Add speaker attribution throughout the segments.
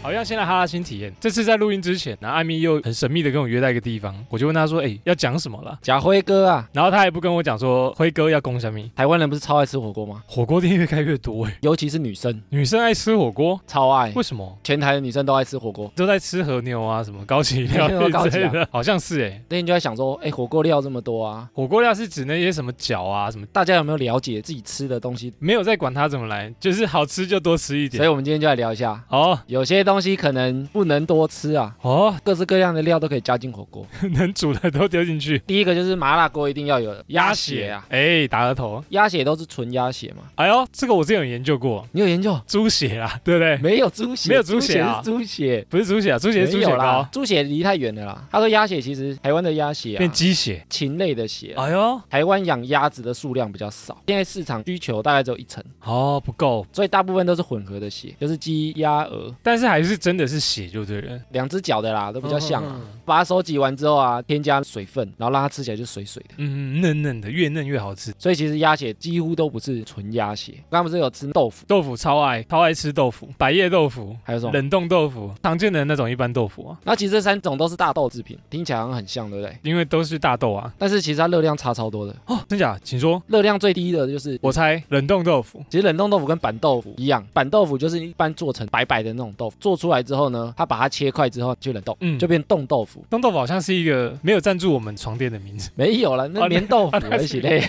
Speaker 1: 好像先来哈拉新体验。这次在录音之前呢、艾米又很神秘的跟我约在一个地方，我就问他说：“哎、要讲什么啦
Speaker 2: 贾辉哥啊，？”
Speaker 1: 然后他也不跟我讲说辉哥要攻什么，
Speaker 2: 台湾人不是超爱吃火锅吗？
Speaker 1: 火锅店越开越多哎、
Speaker 2: 尤其是女生，
Speaker 1: 女生爱吃火锅，
Speaker 2: 超爱
Speaker 1: 为，什么？
Speaker 2: 全台的女生都爱吃火锅。
Speaker 1: 都在吃和牛啊，什么高级 料
Speaker 2: 没有高级
Speaker 1: 之
Speaker 2: 啊
Speaker 1: 类的，好像是哎、
Speaker 2: 那天就在想说，哎，火锅料这么多啊，
Speaker 1: 火锅料是指那些什么饺啊，什么
Speaker 2: 大家有没有了解自己吃的东西？
Speaker 1: 没有在管它怎么来，就是好吃就多吃一
Speaker 2: 所以
Speaker 1: 点。
Speaker 2: 我们今天就来聊一下，
Speaker 1: 哦
Speaker 2: 有些东西可能不能多吃啊，
Speaker 1: 哦，
Speaker 2: 各式各样的料都可以加进火锅。
Speaker 1: 能煮的都丢进去。
Speaker 2: 第一个就是麻辣锅一定要有鸭血啊，
Speaker 1: 哎、打额头。
Speaker 2: 鸭血都是纯鸭血嘛，
Speaker 1: 哎呦，这个我之前有研究过，
Speaker 2: 你有研究？
Speaker 1: 猪血啦，对不对？
Speaker 2: 没有猪血，
Speaker 1: 没有猪血啊
Speaker 2: 是猪血。
Speaker 1: 不是猪血啊，猪血是猪
Speaker 2: 没
Speaker 1: 血包
Speaker 2: 有啦，，猪血离太远了啦。他说鸭血其实台湾的鸭血啊
Speaker 1: 变，鸡血。
Speaker 2: 禽类的血啊、
Speaker 1: 哎呦，
Speaker 2: 台湾养鸭子的数量比较少，现在市场需求大概只有一成，
Speaker 1: 哦，不够，
Speaker 2: 所以大部分都是混合的血，就是鸡、鸭、鹅，
Speaker 1: 但是还是真的是血就对了，
Speaker 2: 两只脚的啦，都比较像啊。
Speaker 1: 嗯
Speaker 2: 把它收集完之后啊，添加水分，然后让它吃起来就水水的。
Speaker 1: 嗯，嫩嫩的，越嫩越好吃。
Speaker 2: 所以其实鸭血几乎都不是纯鸭血，刚刚不是有吃豆腐，
Speaker 1: 豆腐超爱，超爱吃豆腐，百叶豆腐、
Speaker 2: 还有什么？
Speaker 1: 冷冻豆腐，常见的那种一般豆腐啊，
Speaker 2: 那其实这三种都是大豆制品，听起来好像很像，对不对？
Speaker 1: 因为都是大豆啊。
Speaker 2: 但是其实它热量差超多的，
Speaker 1: 哦，真假？请说。
Speaker 2: 热量最低的就是
Speaker 1: 我猜冷冻豆腐，
Speaker 2: 其实冷冻豆腐跟板豆腐一样，板豆腐就是一般做成白白的那种豆腐，做出来之后呢，它把它切块之后去冷冻，
Speaker 1: 嗯
Speaker 2: 就变冻豆腐。
Speaker 1: 冻豆腐好像是一个没有赞助我们床垫的名字。
Speaker 2: 没有了，那
Speaker 1: 哦
Speaker 2: 棉豆腐
Speaker 1: 那那
Speaker 2: 而
Speaker 1: 是
Speaker 2: 且嘞，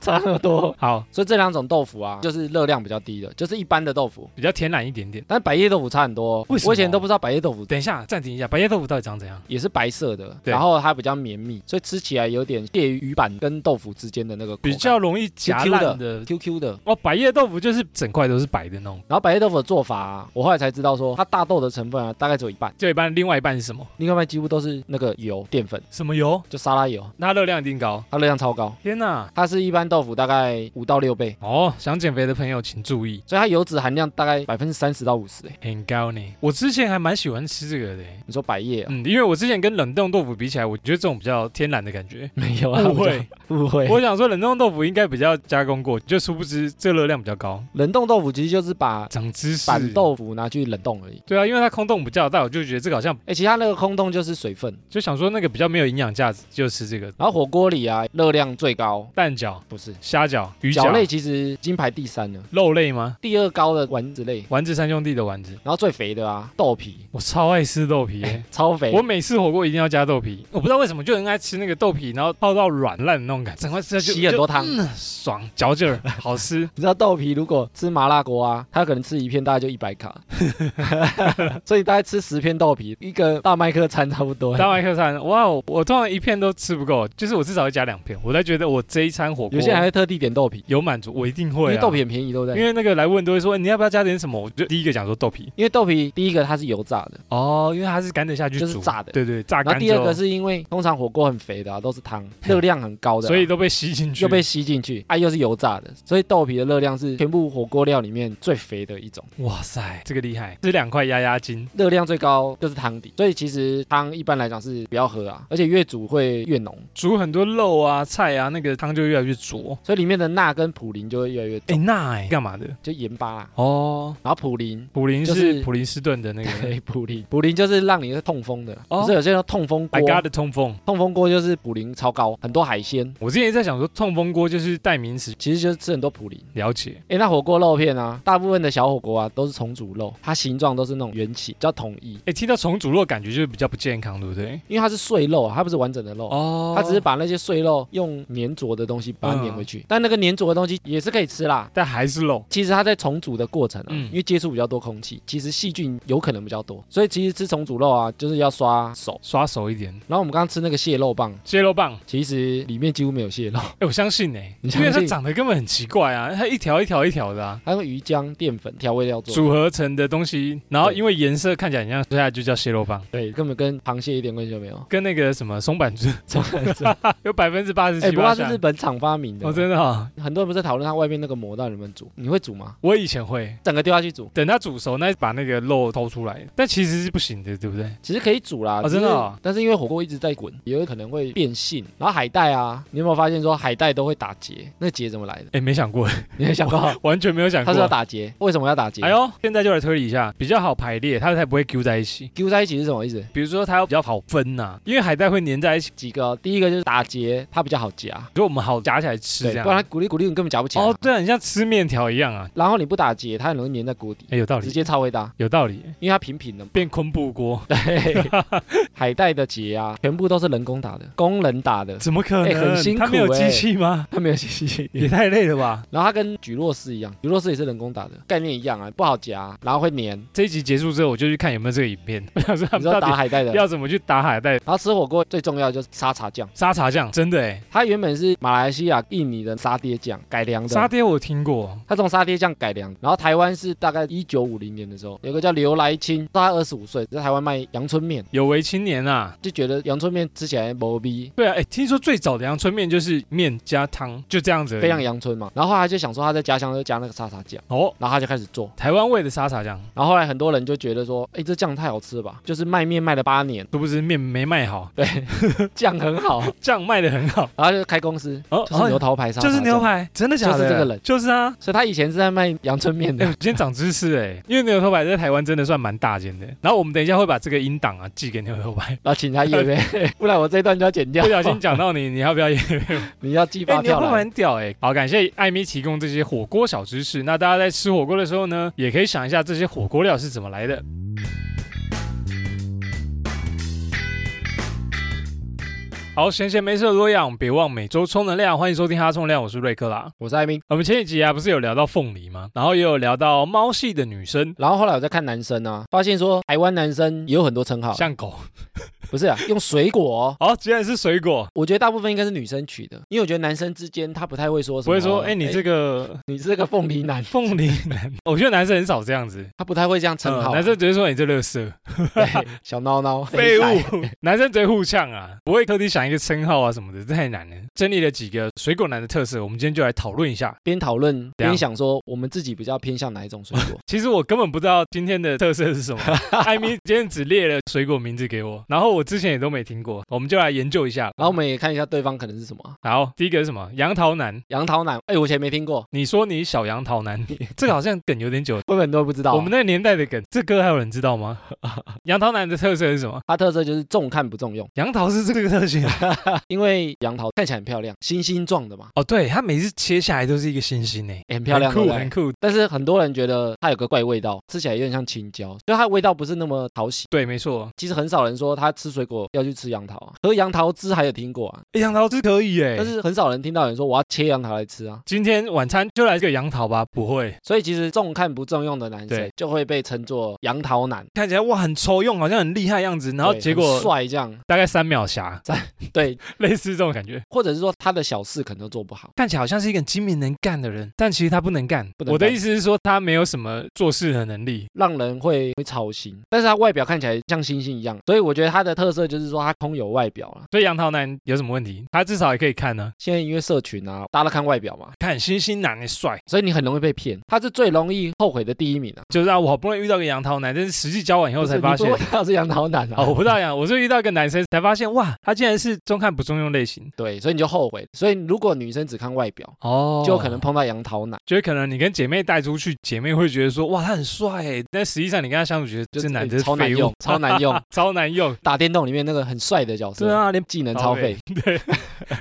Speaker 2: 差那么多。
Speaker 1: 好，
Speaker 2: 所以这两种豆腐啊，就是热量比较低的，就是一般的豆腐。
Speaker 1: 比较天然一点点。
Speaker 2: 但百叶豆腐差很多哦，
Speaker 1: 为什么
Speaker 2: 我以前都不知道百叶豆腐
Speaker 1: 等一下，暂停一下，百叶豆腐到底长怎样？
Speaker 2: 也是白色的，
Speaker 1: 对
Speaker 2: 然后它比较绵密，所以吃起来有点介于鱼板跟豆腐之间的那个口感
Speaker 1: 比较容易夹
Speaker 2: Q
Speaker 1: 烂
Speaker 2: 的
Speaker 1: 的。
Speaker 2: QQ 的。
Speaker 1: 哦，百叶豆腐就是整块都是白的那种，
Speaker 2: 然后百叶豆腐的做法、啊，我后来才知道说，它大豆的成分啊，大概只有一半，
Speaker 1: 就一般另外一半是什么？
Speaker 2: 另外一半几乎都是那个油淀粉，
Speaker 1: 什么油？
Speaker 2: 就沙拉油，
Speaker 1: 那它热量一定高。
Speaker 2: 它热量超高，
Speaker 1: 天哪！
Speaker 2: 它是一般豆腐大概五到六倍，
Speaker 1: 哦，想减肥的朋友请注意，
Speaker 2: 所以它油脂含量大概百分之三十到五十。哎，
Speaker 1: 很高呢。我之前还蛮喜欢吃这个的欸，
Speaker 2: 你说百叶、啊？
Speaker 1: 嗯，因为我之前跟冷冻豆腐比起来，我觉得这种比较天然的感觉。
Speaker 2: 没有啊，
Speaker 1: 误会，
Speaker 2: 误会。
Speaker 1: 我想说冷冻豆腐应该比较加工过，就殊不知这热量比较高。
Speaker 2: 冷冻豆腐其实就是把
Speaker 1: 长知识，
Speaker 2: 板豆腐拿去冷冻而已。
Speaker 1: 对啊，因为它空洞比较大，我就觉得这个好像
Speaker 2: 哎、其实它那个空洞就是水分，
Speaker 1: 就想说那个比较没有营养价值，就吃这个
Speaker 2: 然后火锅里啊热量最高，
Speaker 1: 蛋饺、
Speaker 2: 不是
Speaker 1: 虾饺、鱼
Speaker 2: 饺
Speaker 1: 饺
Speaker 2: 类其实金牌第三呢，
Speaker 1: 肉类吗？
Speaker 2: 第二高的丸子类，
Speaker 1: 丸子三兄弟的丸子，
Speaker 2: 然后最肥的啊豆皮，
Speaker 1: 我超爱吃豆皮、欸。
Speaker 2: 超肥
Speaker 1: 我。每次火锅一定要加豆皮，我不知道为什么就很爱吃那个豆皮，然后泡到软烂的那种感觉，整块吃下去
Speaker 2: 吸很多
Speaker 1: 就
Speaker 2: 汤，
Speaker 1: 嗯爽，嚼劲儿好 吃。
Speaker 2: 你知道豆皮如果吃麻辣锅啊，它可能吃一片大概就一百卡， 所以大概吃十片豆皮，一个大麦克餐差不多。
Speaker 1: 大麦克餐，哇哦，我通常一片都吃不够，就是我至少会加两片，我才觉得我这一餐火锅
Speaker 2: 有些人还会特地点豆皮，
Speaker 1: 有满足，我一定
Speaker 2: 因
Speaker 1: 会、啊。
Speaker 2: 为豆皮很便宜，对不对？
Speaker 1: 因为那个来问都会说哎你要不要加点什么，我就第一个讲说豆皮。
Speaker 2: 因为豆皮第一个它是油炸的，
Speaker 1: 哦，因为它是赶得下去煮，
Speaker 2: 就是炸的
Speaker 1: 对对，炸
Speaker 2: 然
Speaker 1: 干
Speaker 2: 后
Speaker 1: 之后。
Speaker 2: 第二个是因为通常火锅很肥的、啊，都是汤，热量很高的啊、
Speaker 1: 所以都被吸进去，
Speaker 2: 又被吸进去，啊，又是油炸的，所以豆皮的热量是全部火锅料里面最肥的一种，
Speaker 1: 哇塞，这个厉害，这两块压压惊。
Speaker 2: 热量最高就是汤底，所以其实汤一般来讲是不要喝啊，而且越煮会越浓，
Speaker 1: 煮很多肉啊、菜啊，那个汤就越来越浊。
Speaker 2: 所以里面的钠跟普林就会越来越
Speaker 1: 哎，
Speaker 2: 重，
Speaker 1: 那哎干嘛的？
Speaker 2: 就盐巴啦，
Speaker 1: 哦，
Speaker 2: 然后普 林。
Speaker 1: 普林
Speaker 2: 就是是
Speaker 1: 普林斯顿的那个
Speaker 2: 对，普林，普林就是让你痛风的，
Speaker 1: 哦
Speaker 2: 不是有些人痛风锅
Speaker 1: I，got 的痛风。
Speaker 2: 痛风锅就是普林超高，很多海鲜，
Speaker 1: 我之前也在想说，痛风锅就是代名词，
Speaker 2: 其实就是吃很多普林。
Speaker 1: 了解。
Speaker 2: 诶，那火锅肉片啊，大部分的小火锅啊都是重组肉，它形状都是那种圆形，比较统一，
Speaker 1: 哎，听到重组肉感觉就是比较不健康，对不对？
Speaker 2: 因为它是碎肉啊，它不是完整的肉。
Speaker 1: 哦
Speaker 2: 它只是把那些碎肉用粘着的东西把它粘
Speaker 1: 嗯
Speaker 2: 回去，但那个粘着的东西也是可以吃啦。
Speaker 1: 但还是肉。
Speaker 2: 其实它在重组的过程啊，
Speaker 1: 嗯
Speaker 2: 因为接触比较多空气，其实细菌有可能比较多，所以其实吃重组肉啊，就是要刷手。
Speaker 1: 刷熟一点，
Speaker 2: 然后我们刚刚吃那个蟹肉棒，
Speaker 1: 蟹肉棒，
Speaker 2: 其实里面几乎没有蟹肉，
Speaker 1: 哎，我相信哎，
Speaker 2: 你
Speaker 1: 因
Speaker 2: 相信
Speaker 1: 为它长得根本很奇怪啊，它一条一条一条的啊，
Speaker 2: 它用鱼浆、淀粉、调味料做的，
Speaker 1: 组合成的东西，然后
Speaker 2: 对
Speaker 1: 因为颜色看起来很像，所以它就叫蟹肉棒。
Speaker 2: 对，根本跟螃蟹一点关系都没 有。
Speaker 1: 跟那个什么松板猪
Speaker 2: 超爱吃哎、
Speaker 1: 有百分之八十七，
Speaker 2: 不过它是日本厂发明的，
Speaker 1: 哦，真的哦，
Speaker 2: 很多人不是在讨论它外面那个膜到底能不能煮？你会煮吗？
Speaker 1: 我以前会
Speaker 2: 整个丢下去煮，
Speaker 1: 等它煮熟，那把那个肉偷出来，但其实是不行的，对不对？
Speaker 2: 其实可以煮啦。
Speaker 1: 哦真的哦
Speaker 2: 只是但是因为火锅一直在滚，也有可能会变性。然后海带啊，你有没有发现说海带都会打结？那结怎么来的？
Speaker 1: 哎，没想过，
Speaker 2: 你有想过？
Speaker 1: 完全没有想
Speaker 2: 它是要
Speaker 1: 过。哎
Speaker 2: 打结，为什么要打结？
Speaker 1: 哎呦，现在就来推理一下，比较好排列，它才不会揪在一起。
Speaker 2: 丢在一起是什么意思？
Speaker 1: 比如说它要比较好分呐、因为海带会粘在一起，
Speaker 2: 几个，第一个就是打结，它比较好夹，
Speaker 1: 就我们好夹起来吃
Speaker 2: 对
Speaker 1: 这，样。
Speaker 2: 不然它鼓励鼓励你根本夹不起来。
Speaker 1: 哦，对啊，你像吃面条一样啊，
Speaker 2: 然后你不打结，它很容易粘在锅底，
Speaker 1: 哎，有道
Speaker 2: 直
Speaker 1: 理，
Speaker 2: 接超会搭，
Speaker 1: 有道理，
Speaker 2: 因为它平平的嘛。
Speaker 1: 变昆布锅，
Speaker 2: 哎对，海带的结啊，全部都是人工打的，工人打的，
Speaker 1: 怎么可
Speaker 2: 哎
Speaker 1: 能？
Speaker 2: 很辛苦
Speaker 1: 它没有机
Speaker 2: 哎
Speaker 1: 器吗？
Speaker 2: 它没有机器。
Speaker 1: 也太累了吧！
Speaker 2: 然后它跟菊络丝一样，菊络丝也是人工打的，概念一样啊，不好夹，然后会粘。
Speaker 1: 这一集结束之后，我就去看有没有这个影片， 我想说他
Speaker 2: 你
Speaker 1: 们
Speaker 2: 知
Speaker 1: 到
Speaker 2: 道打
Speaker 1: 底
Speaker 2: 海带的，然
Speaker 1: 要怎么去打海带。
Speaker 2: 后吃火锅最重要的就是沙茶酱，
Speaker 1: 沙茶酱真的哎，
Speaker 2: 它原本是马来西亚、印尼的沙爹酱改良
Speaker 1: 沙
Speaker 2: 的。
Speaker 1: 爹我听过，
Speaker 2: 它从沙爹酱改良，然后台湾是大概一九五零年的时候，有个叫刘来清，他二十五岁，在台湾卖阳春面，
Speaker 1: 有为青年啊。
Speaker 2: 就觉得阳春面吃起来没逼，
Speaker 1: 对啊，哎，听说最早的阳春面就是面加汤，就这样子而已。
Speaker 2: 非常阳春嘛。然后他就想说他在家乡就加那个沙茶酱，
Speaker 1: 哦，
Speaker 2: 然后他就开始做，
Speaker 1: 台湾味的沙茶酱，
Speaker 2: 然后后来很多人就觉得说，哎，这酱太好吃了吧，就是卖面卖了八年，
Speaker 1: 殊不知面没卖好，
Speaker 2: 酱很好，
Speaker 1: 酱卖的很好。
Speaker 2: 然后就开公司，
Speaker 1: 哦，
Speaker 2: 就是牛
Speaker 1: 哦
Speaker 2: 头牌沙茶
Speaker 1: 就
Speaker 2: 酱，
Speaker 1: 是牛。排，真的假的？
Speaker 2: 就是这个人
Speaker 1: 就是啊。
Speaker 2: 所以他以前是在卖阳春面
Speaker 1: 哎，
Speaker 2: 的
Speaker 1: 我，今天长知识哎，因为牛头牌在台湾真的算蛮大间的。然后我们等一下会把这个音档啊寄给牛头牌，
Speaker 2: 然后请他 叶呗，不然我这一段就要剪掉。
Speaker 1: 不小心讲到你，你要不要也
Speaker 2: 你要寄
Speaker 1: 哎、牛
Speaker 2: 发票
Speaker 1: 排
Speaker 2: 来。
Speaker 1: 很屌哎、好，感谢艾米提供这些火锅小知识。那大家在吃火锅的时候呢，也可以想一下这些火锅料是怎么来的。好，闲闲没事多养，别忘每周充能量。欢迎收听哈充量，我是瑞克啦。
Speaker 2: 我是艾明，
Speaker 1: 我们前几集啊，不是有聊到凤梨吗？然后也有聊到猫系的女生，
Speaker 2: 然后后来我在看男生啊，发现说台湾男生也有很多称号，
Speaker 1: 像狗。
Speaker 2: 不是啊，用水果、哦。
Speaker 1: 哦，居然是水果，
Speaker 2: 我觉得大部分应该是女生取的，因为我觉得男生之间他不太会说什
Speaker 1: 不
Speaker 2: 么。
Speaker 1: 会说哎、你这个
Speaker 2: 你这个凤梨 男，
Speaker 1: 凤梨男， 我觉得男生很少这样子，
Speaker 2: 他不太会这样称号、啊
Speaker 1: 嗯男生只会说你这乐色。
Speaker 2: 对小孬孬
Speaker 1: 废
Speaker 2: 肥仔
Speaker 1: 物，男生只会互呛啊，不会特地想一个称号啊什么的，这太难了。整理了几个水果男的特色，我们今天就来讨论一下。
Speaker 2: 边讨论
Speaker 1: 怎样。
Speaker 2: 边想说我们自己比较偏向哪一种水果
Speaker 1: 其实我根本不知道今天的特色是 什么，艾米今天只列了水果名字给我，然后我之前也都没听过，我们就来研究一下。
Speaker 2: 然后我们也看一下对方可能是什么啊
Speaker 1: 好，第一个是什么？杨桃男，
Speaker 2: 杨桃男，哎，我以前没听过，
Speaker 1: 你说你小杨桃男， 这个好像梗有点久，
Speaker 2: 会不会很多人不知道啊、
Speaker 1: 我们那个年代的梗，这歌还有人知道吗？ 杨桃男的特色是什么？
Speaker 2: 它特色就是重看不重用，
Speaker 1: 杨桃是这个特性啊
Speaker 2: 因为杨桃看起来很漂亮，星星状的嘛，
Speaker 1: 哦，对，它每次切下来都是一个星星诶，
Speaker 2: 哎很漂亮，
Speaker 1: 很
Speaker 2: 对
Speaker 1: 酷，
Speaker 2: 不对
Speaker 1: 很酷，
Speaker 2: 但是很多人觉得它有个怪味道，吃起来有点像青椒，就它的味道不是那么讨喜。
Speaker 1: 对，没错，
Speaker 2: 其实很少人说他吃水果要去吃杨桃啊，喝杨桃汁还有听过啊，
Speaker 1: 欸杨桃汁可以诶，
Speaker 2: 但是很少人听到有人说我要切杨桃来吃啊。
Speaker 1: 今天晚餐就来个杨桃吧，不会，
Speaker 2: 所以其实重看不重用的男生
Speaker 1: 对
Speaker 2: 就会被称作杨桃男，
Speaker 1: 看起来哇很抽用，好像很厉害样子，然后
Speaker 2: 对
Speaker 1: 结
Speaker 2: 很
Speaker 1: 果
Speaker 2: 帅这样，
Speaker 1: 大概三秒侠，
Speaker 2: 对，
Speaker 1: 类似这种感觉，
Speaker 2: 或者是说他的小事可能都做不好，
Speaker 1: 看起来好像是一个很精明能干的人，但其实他不能干。
Speaker 2: 不能干
Speaker 1: 我的意思是说，他没有什么做事的能力。
Speaker 2: 让人会会操心。但是他外表看起来像星星一样，所以我觉得他的特色就是说他空有外表啊。
Speaker 1: 所以杨桃男有什么问题？他至少也可以看啊呢、
Speaker 2: 现在因为社群啊，大家都看外表嘛，
Speaker 1: 看星星男的帅，
Speaker 2: 所以你很容易被骗。他是最容易后悔的第一名啊。
Speaker 1: 就是啊，我好不容易遇到个杨桃男，但是实际交往以后才发现
Speaker 2: 不是，你不会他是杨桃男啊。
Speaker 1: 哦，我不知道呀，我是遇到一个男生才发现，哇，他竟然是中看不中用类型。
Speaker 2: 对，所以你就后悔。所以如果女生只看外表，
Speaker 1: 哦
Speaker 2: 就可能碰到杨桃男，
Speaker 1: 觉得可能你跟姐妹带出去，姐妹会觉得说哇他很帅哎，但实际上你跟他相处，觉得
Speaker 2: 就
Speaker 1: 哦这男的。
Speaker 2: 欸超难用，超难用
Speaker 1: 超难用，
Speaker 2: 打电动里面那个很帅的角色，
Speaker 1: 对，啊，连
Speaker 2: 技能超废，
Speaker 1: 对，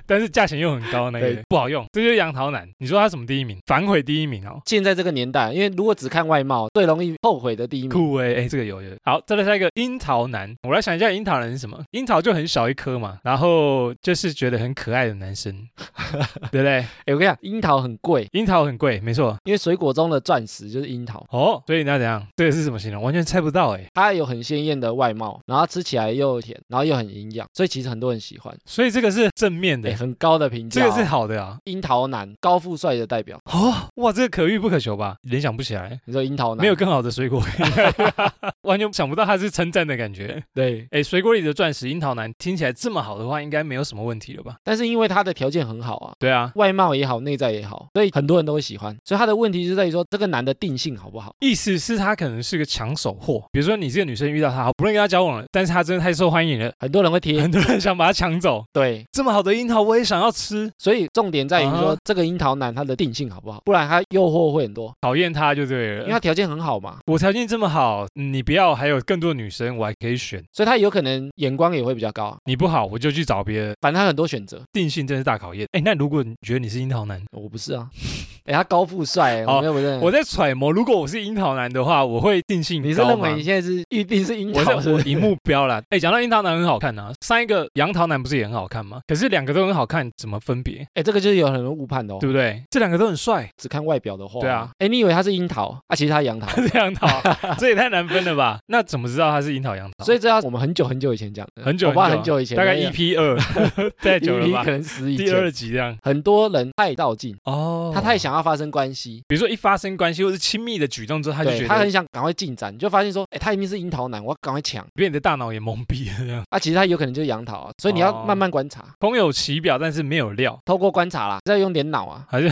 Speaker 1: 但是价钱又很高，那个
Speaker 2: 对
Speaker 1: 不好用，这就是杨桃男。你说他什么第一名？反悔第一名哦，
Speaker 2: 现在这个年代，因为如果只看外貌，最容易后悔的第一名。
Speaker 1: 酷哎哎，这个有有。好，再来下一个樱桃男，我来想一下樱桃男是什么？樱桃就很小一颗嘛，然后就是觉得很可爱的男生， 对不对？
Speaker 2: 哎，我跟你讲，樱桃很贵，
Speaker 1: 樱桃很贵，没错。
Speaker 2: 因为水果中的钻石就是樱桃，
Speaker 1: 哦，所以你要怎样？这个是什么形容？完全猜不到哎。
Speaker 2: 它有很鲜艳的外貌，然后吃起来又甜，然后又很营养，所以其实很多人喜欢，
Speaker 1: 所以这个是正面
Speaker 2: 哎，
Speaker 1: 的，
Speaker 2: 很高的评价
Speaker 1: 这
Speaker 2: 哦。
Speaker 1: 个是好的啊。
Speaker 2: 樱桃男高富帅的代表，
Speaker 1: 哦，哇，这个可遇不可求吧？联想不起来，
Speaker 2: 你说樱桃男
Speaker 1: 没有更好的水果， 完全想不到它是称赞的感觉。
Speaker 2: 对，
Speaker 1: 哎，水果里的钻石樱桃男听起来这么好的话，应该没有什么问题了吧？
Speaker 2: 但是因为他的条件很好啊，
Speaker 1: 对啊，
Speaker 2: 外貌也好，内在也好，所以很多人都会喜欢。所以他的问题就在于说，这个男的定性好不好？
Speaker 1: 意思是他可能是个抢手货，比如说你这个女生遇到他，好不容易跟他交往了，但是他真的太受欢迎了，
Speaker 2: 很多人会贴，
Speaker 1: 很多人想把他抢走。
Speaker 2: 对，
Speaker 1: 这么好的樱樱桃我也想要吃，
Speaker 2: 所以重点在于
Speaker 1: 啊
Speaker 2: 说
Speaker 1: 哈
Speaker 2: 这个樱桃男他的定性好不好，不然他诱惑会很多，
Speaker 1: 讨厌它就对
Speaker 2: 因
Speaker 1: 了。
Speaker 2: 为他条件很好嘛，
Speaker 1: 我条件这么好，你不要，还有更多女生我还可以选。
Speaker 2: 所以他有可能眼光也会比较高啊，
Speaker 1: 你不好，我就去找别人。
Speaker 2: 反正他很多选择。
Speaker 1: 定性真是大考验。哎，那如果你觉得你是樱桃男，
Speaker 2: 我不是 啊，哎，他高富帅欸，
Speaker 1: 哦
Speaker 2: 我没有不认。
Speaker 1: 我在揣摩，如果我是樱桃男的话，我会定性
Speaker 2: 你是
Speaker 1: 高
Speaker 2: 认
Speaker 1: 吗
Speaker 2: 为你现在是预定是樱
Speaker 1: 我
Speaker 2: 桃
Speaker 1: 是
Speaker 2: 是不
Speaker 1: 我
Speaker 2: 是？
Speaker 1: 以目标啦。哎，讲到樱桃男很好看啊，上一个杨桃男不是也很好看吗？可是两个都很好看，怎么分别？
Speaker 2: 哎，这个就是有很多误判的哦
Speaker 1: 对，不对？这两个都很帅，
Speaker 2: 只看外表的话，
Speaker 1: 对啊，。
Speaker 2: 哎，你以为他是樱桃啊，其实他是杨桃
Speaker 1: 是杨桃，这也太难分了 吧？那怎么知道他是樱桃杨桃？
Speaker 2: 所以这要我们很久很久以前讲的，
Speaker 1: 很久
Speaker 2: 我爸很
Speaker 1: 很久
Speaker 2: 久以前，
Speaker 1: 大概
Speaker 2: 一
Speaker 1: EP 二， 太久了吧
Speaker 2: 可？能十以
Speaker 1: 第二
Speaker 2: 前，
Speaker 1: 集这样
Speaker 2: 很多人太照进，
Speaker 1: 哦
Speaker 2: 他太，想要发生关系，
Speaker 1: 比如说一发生关系或是亲密的举动之后，他就觉
Speaker 2: 对
Speaker 1: 得
Speaker 2: 他很想赶快进展，就发现说，哎，他一定是樱桃男，我要赶快抢
Speaker 1: 被你的大脑也蒙蔽了这样。
Speaker 2: 啊，其实他有可能就是杨桃啊，所以你要
Speaker 1: 哦
Speaker 2: 慢慢观察，
Speaker 1: 空有其表，但是没有料，
Speaker 2: 透过观察啦，再用点脑啊，
Speaker 1: 还是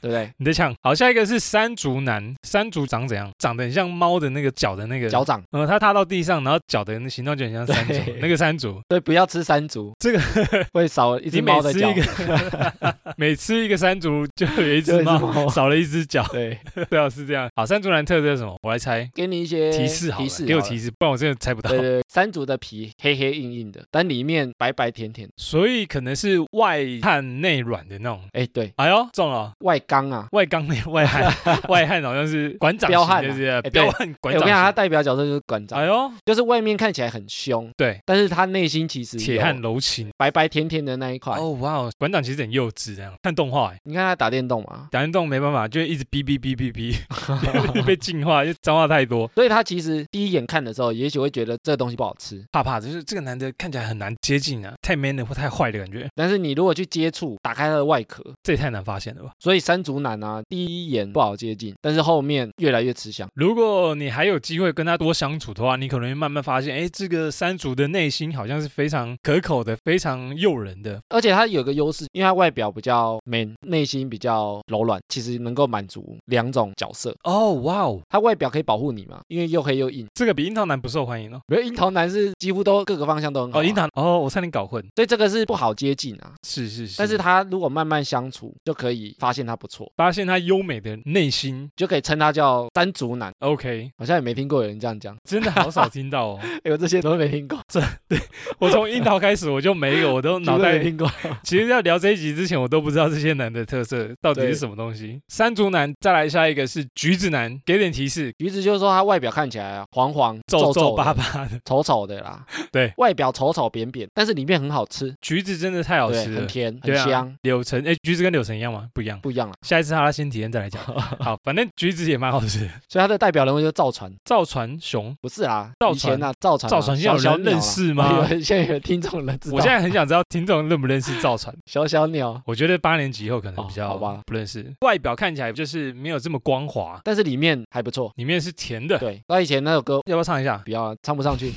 Speaker 2: 对不对？
Speaker 1: 你在呛。好，下一个是山竹男，山竹长怎样？长得很像猫的那个脚的那个
Speaker 2: 脚。掌，
Speaker 1: 呃，他踏到地上，然后脚的那形状就很像山竹
Speaker 2: 对，
Speaker 1: 那个山竹，
Speaker 2: 所以不要吃山竹，
Speaker 1: 这个
Speaker 2: 会 少一
Speaker 1: 你
Speaker 2: 只
Speaker 1: 每
Speaker 2: 猫的
Speaker 1: 吃
Speaker 2: 脚
Speaker 1: 一。个， 每吃一个山竹就有一
Speaker 2: 就
Speaker 1: 只
Speaker 2: 有一只猫
Speaker 1: 猫，少了一只脚，
Speaker 2: 对，
Speaker 1: 对啊，是这样。好，山竹男特色是什么？我来猜，
Speaker 2: 给你一些
Speaker 1: 提示好了，
Speaker 2: 提示
Speaker 1: 给我
Speaker 2: 好了
Speaker 1: 提示，不然我真的猜不到
Speaker 2: 对。对，对山竹的皮黑黑硬硬的，但里面白白甜甜。
Speaker 1: 所以可能是外汉内软的那种。
Speaker 2: 哎，对
Speaker 1: 哎呦，中了！
Speaker 2: 外刚啊，
Speaker 1: 外刚 内外汉，外汉好像是馆长
Speaker 2: 彪
Speaker 1: 型
Speaker 2: 悍啊
Speaker 1: 的，是
Speaker 2: 哎对
Speaker 1: 彪悍
Speaker 2: 哎
Speaker 1: 馆长
Speaker 2: 我跟你讲，他
Speaker 1: 型。
Speaker 2: 代表角色就是馆长，
Speaker 1: 哎呦，
Speaker 2: 就是外面看起来很凶，
Speaker 1: 对，
Speaker 2: 但是他内心其实
Speaker 1: 铁
Speaker 2: 有
Speaker 1: 汉柔情。
Speaker 2: 白白甜甜的那一块。
Speaker 1: 哦哇哦，馆长其实很幼稚，这样看动画哎，
Speaker 2: 你看他打电动嘛，
Speaker 1: 打电动没办法，就一直哔哔哔哔 哔，被进化，就脏话太多，
Speaker 2: 所以他其实第一眼看的时候，也许会觉得这个东西不好吃，
Speaker 1: 怕怕的，就是这个男的看起来很难接近啊，太 man 了或太坏的感觉，
Speaker 2: 但是你如果去接触，打开他的外壳，
Speaker 1: 这也太难发现了吧。
Speaker 2: 所以山竹男啊，第一眼不好接近，但是后面越来越吃香。
Speaker 1: 如果你还有机会跟他多相处的话，你可能会慢慢发现，哎，这个山竹的内心好像是非常可口的，非常诱人的。
Speaker 2: 而且他有个优势，因为他外表比较 man，内心比较柔软，其实能够满足两种角色。
Speaker 1: 哦，哇哦，
Speaker 2: 他外表可以保护你嘛，因为又黑又硬。
Speaker 1: 这个比樱桃男不受欢迎哦。
Speaker 2: 没有樱桃男是几乎都各个方向都很好、啊
Speaker 1: 哦，樱，桃，哦，我差点搞混，
Speaker 2: 所以这个是不好接近啊。
Speaker 1: 是是是，
Speaker 2: 但是他如果慢慢相处，就可以发现他不错，
Speaker 1: 发现他优美的内心
Speaker 2: 就可以称他叫山竹男。
Speaker 1: ，OK，
Speaker 2: 好像也没听过有人这样讲，
Speaker 1: 真的好少听到 哦。
Speaker 2: 哎，我这些都没 听过，
Speaker 1: 我从樱桃开始，我就每一个我都脑
Speaker 2: 几乎
Speaker 1: 袋
Speaker 2: 没听过。
Speaker 1: 其实，要聊这一集之前，我都不知道这些男的特色到底是什么东西。山竹男，再来下一个是橘子男，给点提示，
Speaker 2: 橘子就是说他外表看起来啊黄黄、
Speaker 1: 皱
Speaker 2: 皱皱
Speaker 1: 皱巴
Speaker 2: 的、
Speaker 1: 巴的。
Speaker 2: 丑丑的啦，
Speaker 1: 对，
Speaker 2: 外表丑丑扁扁，但是里面很好吃，
Speaker 1: 橘子真的太好
Speaker 2: 对，
Speaker 1: 吃
Speaker 2: 很
Speaker 1: 了，
Speaker 2: 甜很
Speaker 1: 对啊
Speaker 2: 香，
Speaker 1: 柳橙，哎，橘子跟柳橙一样吗？不一样。
Speaker 2: 不一样啦。啊
Speaker 1: 下一次他先体验再 来讲。好，反正橘子也蛮好吃的。
Speaker 2: 所以他的代表人物就是造船，
Speaker 1: 造船熊，
Speaker 2: 不是啦，
Speaker 1: 造
Speaker 2: 以
Speaker 1: 船
Speaker 2: 前啊，造船啊，
Speaker 1: 造船现在有
Speaker 2: 小小
Speaker 1: 人
Speaker 2: 鸟
Speaker 1: 认
Speaker 2: 啦
Speaker 1: 识吗？
Speaker 2: 有 现在有听众人知道，
Speaker 1: 我现在很想知道听众认不认识造船。
Speaker 2: 小小鸟，
Speaker 1: 我觉得八年级以后可能比
Speaker 2: 哦
Speaker 1: 较
Speaker 2: 好吧
Speaker 1: 不认识，外表看起来就是没有这么光滑，
Speaker 2: 但是里面还不错。
Speaker 1: 里面是甜的。
Speaker 2: 对，他以前那首歌
Speaker 1: 要不要唱一下？
Speaker 2: 不要啊，唱 不上去。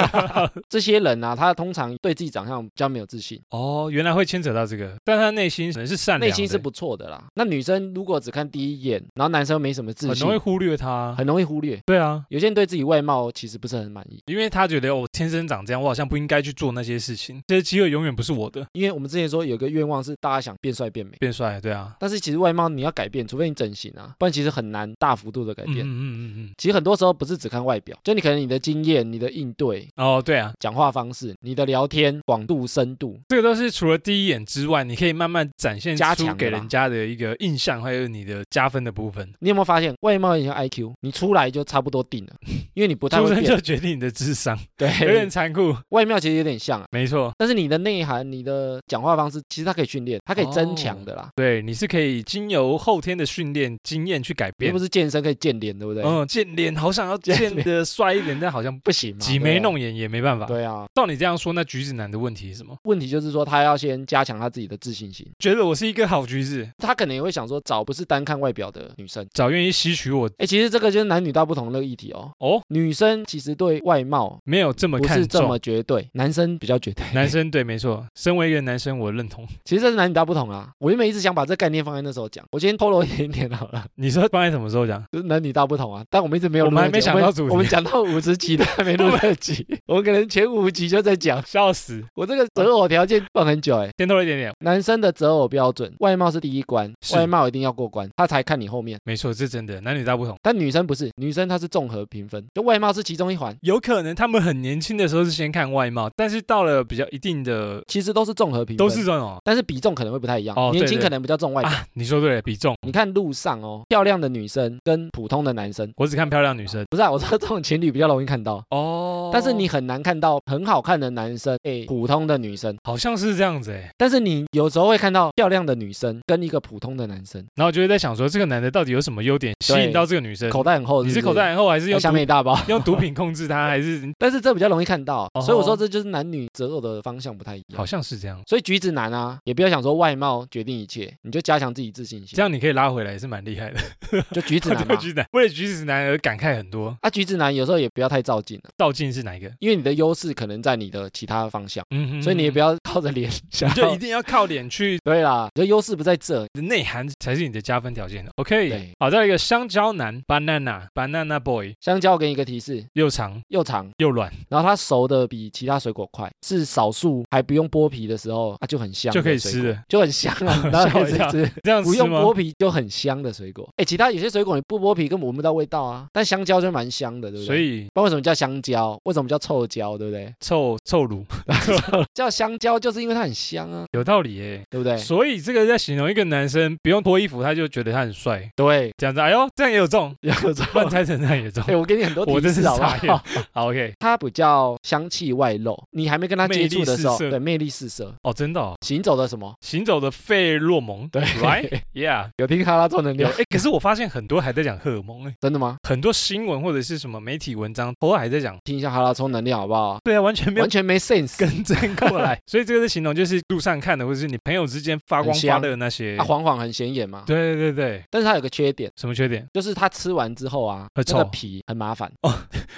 Speaker 2: 这些人啊，他通常对自己长相比较没有自信，
Speaker 1: 哦，原来会牵扯到这个，但他内心可能是善良的，
Speaker 2: 内心是不错的啦。那女生如果只看第一眼，然后男生没什么自
Speaker 1: 很
Speaker 2: 信
Speaker 1: 容易，忽略他。
Speaker 2: 很容易忽略。
Speaker 1: 对啊，
Speaker 2: 有些人对自己外貌其实不是很满意，
Speaker 1: 因为他觉得哦我天生长这样，我好像不应该去做那些事情，这些机会永远不是我的。
Speaker 2: 因为我们之前说有个愿望是大家想变帅变美，
Speaker 1: 变帅，对啊，
Speaker 2: 但是其实外貌你要改变，除非你整形啊，不然其实很难大幅度的改
Speaker 1: 嗯嗯
Speaker 2: 变。
Speaker 1: 嗯嗯嗯，
Speaker 2: 其实很多时候不是只看外表，就你可能你的经验、你的应对、
Speaker 1: 哦，对啊，
Speaker 2: 讲话方式、你的聊天广度、深度，
Speaker 1: 这个都是除了第一眼之外，你可以慢慢展现
Speaker 2: 加强
Speaker 1: 出
Speaker 2: 的
Speaker 1: 给
Speaker 2: 啦
Speaker 1: 人家的一个印象，还有你的加分的部分。
Speaker 2: 你有没有发现外貌影响 IQ？你出来就差不多定了，因为你不太
Speaker 1: 出
Speaker 2: 会
Speaker 1: 生
Speaker 2: 变
Speaker 1: 就。决定你的智 商，有点
Speaker 2: 对，
Speaker 1: 残酷，
Speaker 2: 外貌其实有点像啊，
Speaker 1: 没错。
Speaker 2: 但是你的内涵、你的讲话方式，其实它可以训练，它可以增
Speaker 1: 哦
Speaker 2: 强的啦。
Speaker 1: 对，你是可以经由后天的训练经验去改
Speaker 2: 又
Speaker 1: 变
Speaker 2: 不。是健身可以健脸，对不对？
Speaker 1: 嗯，见脸好想要
Speaker 2: 见
Speaker 1: 见得帅一点，但好像
Speaker 2: 不行嘛，
Speaker 1: 挤眉弄眼也没办法。
Speaker 2: 对啊。对啊，
Speaker 1: 照你这样说，那橘子男的问题是什么？
Speaker 2: 问题就是说他要先加强他自己的自信心。
Speaker 1: 觉得我是一个好橘子，
Speaker 2: 他可能也会想说找不是单看外表的女生。
Speaker 1: 找愿意吸取我
Speaker 2: 哎，其实这个就是男女大不同的议题哦。
Speaker 1: 哦，
Speaker 2: 女生其实对外貌
Speaker 1: 没有这么
Speaker 2: 不是
Speaker 1: 看
Speaker 2: 这
Speaker 1: 重
Speaker 2: 么。绝对，男生比较绝对。
Speaker 1: 男生对，没错，身为一个男生，我认同。
Speaker 2: 其实这是男女大不同啊。我原本一直想把这概念放在那时候讲，我今天透露一点点好了，
Speaker 1: 你说放在什么时候讲？
Speaker 2: 就是男女大不同啊。但我们一直没有录
Speaker 1: 我们还
Speaker 2: 那
Speaker 1: 没
Speaker 2: 集
Speaker 1: 想
Speaker 2: 我们
Speaker 1: 到主题
Speaker 2: 我们讲到五 十集都还没录那集，我们可能前五集就在讲。
Speaker 1: 笑死，
Speaker 2: 我这个择偶条件放很久哎、
Speaker 1: 先透露一点点，
Speaker 2: 男生的择偶标准，外貌是第一关，
Speaker 1: 是
Speaker 2: 外貌一定要过关，他才看你后面。
Speaker 1: 没错，这真的男女大不同。
Speaker 2: 但女生不是，女生她是综合评分，就外貌是其中一环，
Speaker 1: 有可能他们很年轻的时候是先看外貌，但是到了比较一定的，
Speaker 2: 其实都是综合评分，
Speaker 1: 都是这种
Speaker 2: 但是比重可能会不太一样，
Speaker 1: 哦对
Speaker 2: 年轻
Speaker 1: 对
Speaker 2: 可能比较重外表。
Speaker 1: 啊。你说对了，比重，
Speaker 2: 你看路上哦，漂亮的女生跟普通的男生，
Speaker 1: 我只看漂亮女生
Speaker 2: 不是啊，我说这种情侣比较容易看到，
Speaker 1: 哦
Speaker 2: 但是你很难看到很好看的男生，哎，普通的女生。
Speaker 1: 好像是这样子哎，
Speaker 2: 但是你有时候会看到漂亮的女生跟一个普通的男生，
Speaker 1: 然后我就会在想说，这个男的到底有什么优点吸
Speaker 2: 对
Speaker 1: 引到这个女生？
Speaker 2: 口袋很厚
Speaker 1: 你
Speaker 2: 是
Speaker 1: 是
Speaker 2: 不是
Speaker 1: 口袋很厚，还是
Speaker 2: 哎
Speaker 1: 用
Speaker 2: 下面
Speaker 1: 毒
Speaker 2: 一大包。
Speaker 1: 用毒品控制他，还是
Speaker 2: 但是这比较容易看到，
Speaker 1: 哦
Speaker 2: 所以我说这就是男女择偶的方向不太一样
Speaker 1: 好。像是这 样？
Speaker 2: 所以橘子男啊，也不要想说外貌决定一切，你就加强自己自信
Speaker 1: 这
Speaker 2: 心，
Speaker 1: 样你可以拉回来，也是蛮厉害的。
Speaker 2: 就 橘子男
Speaker 1: 对
Speaker 2: 嘛。
Speaker 1: 橘子男，为了橘子男而感慨很多。
Speaker 2: 啊，橘子男有时候也不要太照镜了，
Speaker 1: 道尽是哪一个？
Speaker 2: 因为你的优势可能在你的其他方向，
Speaker 1: 嗯哼
Speaker 2: 所以你也不
Speaker 1: 要，
Speaker 2: 要靠着脸想
Speaker 1: 你就
Speaker 2: 要
Speaker 1: 一。定要靠脸去
Speaker 2: 对啦，你的优势不在这，
Speaker 1: 你的内涵才是你的加分条件的。
Speaker 2: 对
Speaker 1: OK，好，再来一个香蕉男 banana banana boy，
Speaker 2: 香蕉我给你一个提示，
Speaker 1: 又长
Speaker 2: 又长，
Speaker 1: 又软，
Speaker 2: 然后它熟的比其他水果快，是少数还不用剥皮的时候，它、啊就很香，
Speaker 1: 就可以吃，的，
Speaker 2: 就很 香啊，然后可以
Speaker 1: 吓我一跳
Speaker 2: 吃。
Speaker 1: 这样
Speaker 2: 不
Speaker 1: 吃
Speaker 2: 用
Speaker 1: 吗？
Speaker 2: 剥皮就很香的水果，哎，其他有些水果你不剥皮根本闻不到味道啊，但香蕉就蛮香的，对不对？
Speaker 1: 所以
Speaker 2: 不知道为什么叫香蕉，为什么叫臭椒，对 不对？
Speaker 1: 臭臭乳
Speaker 2: 叫香蕉就是因为它很香啊，
Speaker 1: 有道理耶。
Speaker 2: 对不对？
Speaker 1: 所以这个在形容一个男生不用脱衣服，他就觉得他很帅。
Speaker 2: 对，
Speaker 1: 这样子，哎呦，这样也有中，
Speaker 2: 有时
Speaker 1: 不然
Speaker 2: 候，
Speaker 1: 猜成这样 也中。
Speaker 2: 哎，我给你很多
Speaker 1: 我
Speaker 2: 提
Speaker 1: 真是
Speaker 2: 示好不
Speaker 1: 傻眼
Speaker 2: 好？
Speaker 1: 好，OK，
Speaker 2: 它比较香气外露，你还没跟它接触的时
Speaker 1: 魅力
Speaker 2: 候，
Speaker 1: 四射
Speaker 2: 对，魅力四射，
Speaker 1: 哦，真的哦，
Speaker 2: 行走的什么？
Speaker 1: 行走的费洛蒙，
Speaker 2: 对
Speaker 1: ，right，yeah，
Speaker 2: 有听哈拉做能
Speaker 1: 有
Speaker 2: 量？
Speaker 1: 哎，可是我发现很多还在讲荷尔蒙哎，
Speaker 2: 真的吗？
Speaker 1: 很多新闻或者是什么媒体文章，偶尔还在讲，
Speaker 2: 听一下哈拉充能量好不好？
Speaker 1: 对啊，完全没有
Speaker 2: 完全没 sense
Speaker 1: 更正过 来，所以这个是形容就是路上看的，或者是你朋友之间发光
Speaker 2: 很香
Speaker 1: 发热的那些
Speaker 2: 啊，。黄黄很显眼嘛。
Speaker 1: 对对对，
Speaker 2: 但是它有个缺点，
Speaker 1: 什么缺点？
Speaker 2: 就是它吃完之后啊，
Speaker 1: 会
Speaker 2: 那
Speaker 1: 臭
Speaker 2: 个皮很麻烦，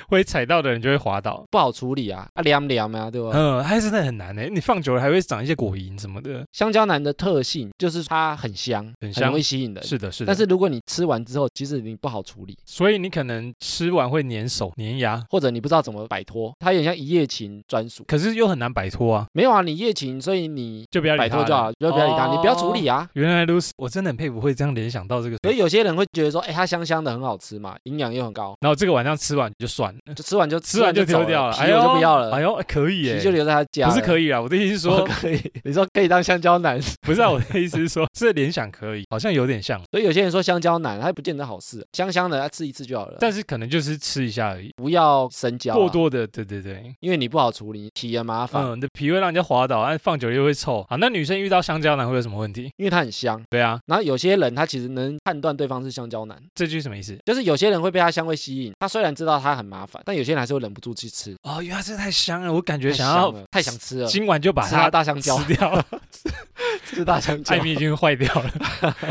Speaker 1: 会踩到的人就会滑倒。
Speaker 2: 不好处理啊，啊凉凉啊，对吧？
Speaker 1: 嗯，还真的很难呢。你放久了还会长一些果蝇什么的。
Speaker 2: 香蕉男的特性就是它很香，
Speaker 1: 很
Speaker 2: 很
Speaker 1: 香
Speaker 2: 容易吸引人。
Speaker 1: 是的，是的。
Speaker 2: 但是如果你吃完之后，其实你不好处理，
Speaker 1: 所以你可能吃完会粘手、粘牙，
Speaker 2: 或者你不知道怎么摆脱，它有点像一夜情专属。
Speaker 1: 可是又很难摆脱啊，
Speaker 2: 没有啊，你一夜情，所以你
Speaker 1: 就不要理
Speaker 2: 摆
Speaker 1: 它
Speaker 2: 脱就好
Speaker 1: 了
Speaker 2: 了，就不要理它，你不要处理。
Speaker 1: 哦
Speaker 2: 啊。
Speaker 1: 原来如此，我真的很佩服会这样联想到这个。
Speaker 2: 所以有些人会觉得说，哎，它香香的，很好吃嘛，营养又很高，
Speaker 1: 然后这个晚上吃完就算了，
Speaker 2: 就吃完就
Speaker 1: 吃完就
Speaker 2: 走
Speaker 1: 丢掉了，
Speaker 2: 皮我就不要
Speaker 1: 哎
Speaker 2: 了，
Speaker 1: 呦，哎可以耶
Speaker 2: 皮就，留在他家了。
Speaker 1: 不是可
Speaker 2: 以
Speaker 1: 以啊，我的意思是
Speaker 2: 说
Speaker 1: 说，
Speaker 2: 可以，你说可以当香蕉男，
Speaker 1: 不是啊，我的意思是说，这联想可以，好像有点像，
Speaker 2: 所以有些人说香蕉男，他不见得好事，香香的，他吃一次就好了。
Speaker 1: 但是可能就是吃一下而已，
Speaker 2: 不要深交啊、
Speaker 1: 过多的，对对对。
Speaker 2: 因为你不好处理，体验麻烦，
Speaker 1: 嗯，你的皮会让人家滑倒，但啊放久了又会臭。好，那女生遇到香蕉男会有什么问题？
Speaker 2: 因为它很香。
Speaker 1: 对啊，
Speaker 2: 然后有些人他其实能判断对方是香蕉男，
Speaker 1: 这句什么意思？
Speaker 2: 就是有些人会被他香味吸引，他虽然知道他很麻烦，但有些人还是会忍不住去吃，
Speaker 1: 哦，原来这太香了，我感觉
Speaker 2: 太
Speaker 1: 想
Speaker 2: 香
Speaker 1: 要
Speaker 2: 了，太想吃了，
Speaker 1: 今晚就把
Speaker 2: 吃他
Speaker 1: 它
Speaker 2: 大香蕉，
Speaker 1: 吃 掉了。
Speaker 2: 吃大香蕉
Speaker 1: 艾。米已经坏掉了，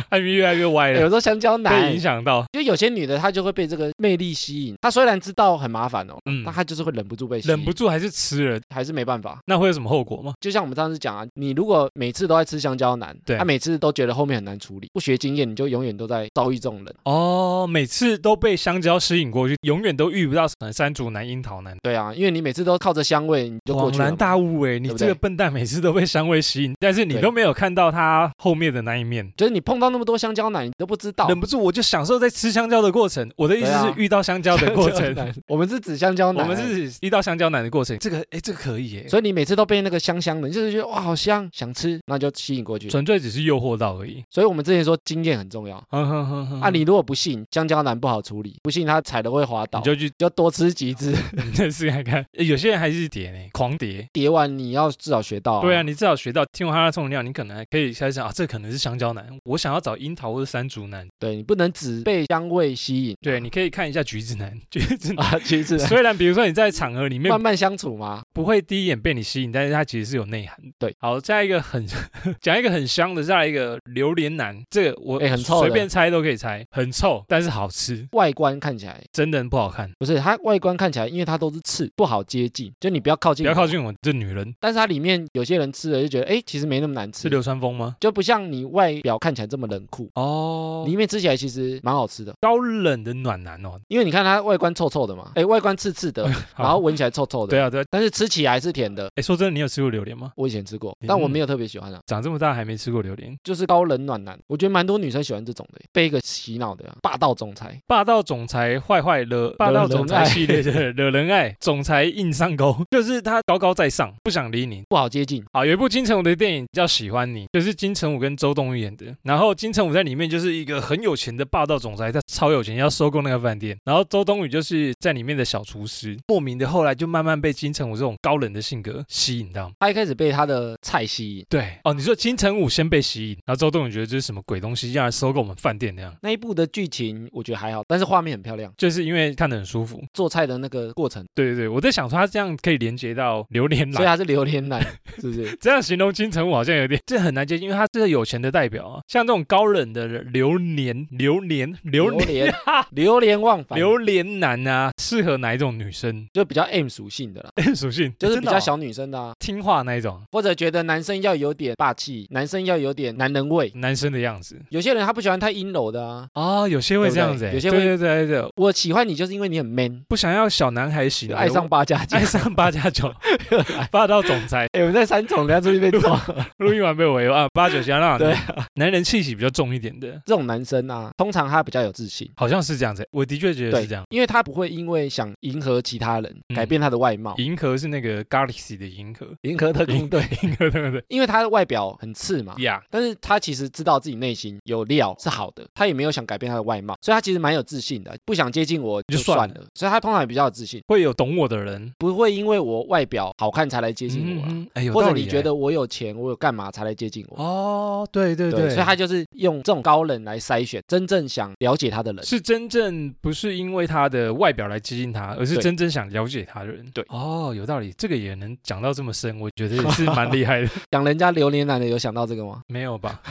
Speaker 1: 艾米越来越歪
Speaker 2: 有
Speaker 1: 了，
Speaker 2: 时候香蕉
Speaker 1: 被
Speaker 2: 男
Speaker 1: 影，响到，
Speaker 2: 就有些女的她就会被这个魅力吸引，她虽然知道很麻烦哦，
Speaker 1: 嗯
Speaker 2: 但，她就是会忍不住被吸引，
Speaker 1: 忍不住还是吃了，
Speaker 2: 还是没办法。
Speaker 1: 那会有什么后果吗？
Speaker 2: 就像我们上次讲啊，你如果每次都在吃香蕉男，
Speaker 1: 对
Speaker 2: 他每次都觉得后面很难处理，不学经验，你就永远都在遭遇这种人。
Speaker 1: 哦，每次都被香蕉吸引过去，永远都遇不到可能山竹男、樱桃男。
Speaker 2: 对啊，因为你每次都靠着香味，你就过
Speaker 1: 恍
Speaker 2: 去了
Speaker 1: 然
Speaker 2: 嘛。
Speaker 1: 大悟哎、
Speaker 2: 对
Speaker 1: 你
Speaker 2: 不
Speaker 1: 这个
Speaker 2: 对
Speaker 1: 笨蛋每次都被香味吸引，但是你
Speaker 2: 对
Speaker 1: 都没有看到他后面的那一面。
Speaker 2: 就是你碰到那么多香蕉男，你都不知道。
Speaker 1: 忍不住我就享受在吃香蕉的过程。我的意思
Speaker 2: 对啊
Speaker 1: 是遇到香蕉的过程，
Speaker 2: 男， 我们是指香蕉
Speaker 1: 我
Speaker 2: 男，
Speaker 1: 们。是遇到香蕉男的过程。这个哎，这个可以耶，
Speaker 2: 所以你每次都被那个香香的，你就是觉得哇好香，想吃，那就吸引过去。
Speaker 1: 纯粹只是诱惑到而已。
Speaker 2: 所以我们之前说经验很重要
Speaker 1: 哼哼哼哼
Speaker 2: 啊，你如果不信香蕉男不好处理，不信他踩了会滑倒，
Speaker 1: 你
Speaker 2: 你就
Speaker 1: 就去
Speaker 2: 多吃几只，
Speaker 1: 认识看 看。诶有些人还是叠呢，狂叠。
Speaker 2: 叠完你要至少学到、
Speaker 1: 对啊，，你至少学到听完哈拉冲量，你可能还可以开始想啊，这可能是香蕉男，我想要找樱桃或者山竹男。
Speaker 2: 对你不能只被香味吸引
Speaker 1: 啊
Speaker 2: 啊
Speaker 1: 对，你可以看一下橘子男，橘子男。
Speaker 2: 啊，其实
Speaker 1: 虽然比如说你在场合里面
Speaker 2: 慢慢相处嘛，
Speaker 1: 不会第一眼被你吸引，但是它其实是有内涵的。
Speaker 2: 对，
Speaker 1: 好，下一个很 讲一个很香的，再来一个榴莲男，这个我
Speaker 2: 哎很臭的
Speaker 1: 随便猜都可以猜，很臭，但是好吃，
Speaker 2: 外观看起来
Speaker 1: 真的很不好看，
Speaker 2: 不是它外观看起来，因为它都是刺，不好接近，就你不要靠
Speaker 1: 不
Speaker 2: 近，
Speaker 1: 要靠。近我这女人，
Speaker 2: 但是它里面有些人吃了就觉得，哎，其实没那么难
Speaker 1: 是
Speaker 2: 吃，
Speaker 1: 流川枫吗？
Speaker 2: 就不像你外表看起来这么冷酷，
Speaker 1: 哦
Speaker 2: 里面吃起来其实蛮好吃的。
Speaker 1: 高冷的暖男 哦，
Speaker 2: 因为你看它外观臭臭的嘛，哎，外观刺刺的，
Speaker 1: 好
Speaker 2: 然后闻起来臭臭的，
Speaker 1: 对啊对啊，
Speaker 2: 但是吃起来是甜的。
Speaker 1: 哎，说真的，你有吃过榴莲吗？
Speaker 2: 我以前吃
Speaker 1: 嗯
Speaker 2: 过，但我没有特别喜欢啊，
Speaker 1: 长这么大还没吃过榴莲，
Speaker 2: 就是高冷暖男，我觉得蛮多女生喜欢这种的，被一个洗脑的啊霸道总裁。
Speaker 1: 霸道总裁坏坏了，霸道总裁系列的惹人爱，总裁硬上钩，就是他高高在上，不想理你，
Speaker 2: 不好接近，
Speaker 1: 啊，有一部金城武的电影叫《喜欢你》，就是金城武跟周冬雨演的。然后金城武在里面就是一个很有钱的霸道总裁，他超有钱，要收购那个饭店。然后周冬雨就是在里面的小厨师，莫名的后来就慢慢被金城武这种高冷的性格吸引到。
Speaker 2: 他一开始被他的菜吸引。
Speaker 1: 对，哦，你说金城武先被吸引，然后周冬雨觉得这是什么鬼东西，要来收购我们饭店那样。
Speaker 2: 那一部的剧情我觉得还好，但是画面很漂亮，
Speaker 1: 就是因为看得很舒服，
Speaker 2: 做菜的那个过程，
Speaker 1: 对对对，我在想说他这样可以连接到榴莲
Speaker 2: 所以
Speaker 1: 来，
Speaker 2: 它是榴莲奶，是不 是？
Speaker 1: 这样形容金城武好像有点，这很难接近，因为他是个有钱的代表啊，像这种高冷的人榴莲、榴莲、榴莲、
Speaker 2: 莲，榴莲忘返，
Speaker 1: 榴莲男啊，适合哪一种女生？
Speaker 2: 就比较 M 属性的啦，
Speaker 1: 属性
Speaker 2: 就是
Speaker 1: 真
Speaker 2: 比
Speaker 1: 的哦
Speaker 2: 较小女哎生的啊，
Speaker 1: 听话那一种
Speaker 2: 或者觉得男生要有点霸气，男生要有点男人味。
Speaker 1: 男生的样子
Speaker 2: 有些人他不喜欢太阴柔的啊，
Speaker 1: 啊、哦，有些会这样子欸，
Speaker 2: 对不对有些
Speaker 1: 对对
Speaker 2: 会
Speaker 1: 对对对，
Speaker 2: 我喜欢你就是因为你很 man，
Speaker 1: 不想要小男孩型
Speaker 2: 就
Speaker 1: 的，
Speaker 2: 爱上八加九
Speaker 1: 爱。上八加九， 霸道总裁，
Speaker 2: 哎，我们在三种，人家出去被抓。
Speaker 1: 录音完被我啊，八九加那
Speaker 2: 对
Speaker 1: 男人气息比较重一点的，
Speaker 2: 这种男生啊，通常他比较有自信。
Speaker 1: 好像是这样子欸，我的确觉得
Speaker 2: 对
Speaker 1: 是这样，。
Speaker 2: 因为他不会因为想迎合其他人
Speaker 1: 嗯
Speaker 2: 改变他的外貌，
Speaker 1: 银河是那个 Galaxy 的银河，
Speaker 2: 迎合特工队，
Speaker 1: 银河对不对？
Speaker 2: 因为他的外表很刺嘛，
Speaker 1: 呀，
Speaker 2: 但是他其实知道自己内心有料是好的，他也没有想改变他的外貌，所以他其实蛮有自信的。不想接近我
Speaker 1: 就
Speaker 2: 就
Speaker 1: 算
Speaker 2: 算了，所以他通常也比较有自信，
Speaker 1: 会有懂我的人，
Speaker 2: 不会因为我外表好看才来接近我啊、
Speaker 1: 嗯，哎，有
Speaker 2: 或者
Speaker 1: 道理
Speaker 2: 你
Speaker 1: 欸
Speaker 2: 觉得我有钱，我有干嘛才来接近我。
Speaker 1: 哦，对对
Speaker 2: 对，所以他就是用这种高冷来筛选真正想了解他的人。
Speaker 1: 是真正不是因为他的外表来接近他，而是
Speaker 2: 对
Speaker 1: 真正想了解他的人。
Speaker 2: 对
Speaker 1: 哦，有道理，这个也能讲到这么深，我 觉得也是蛮厉害的。
Speaker 2: 讲人家榴莲男的有想到这个吗？
Speaker 1: 没有吧？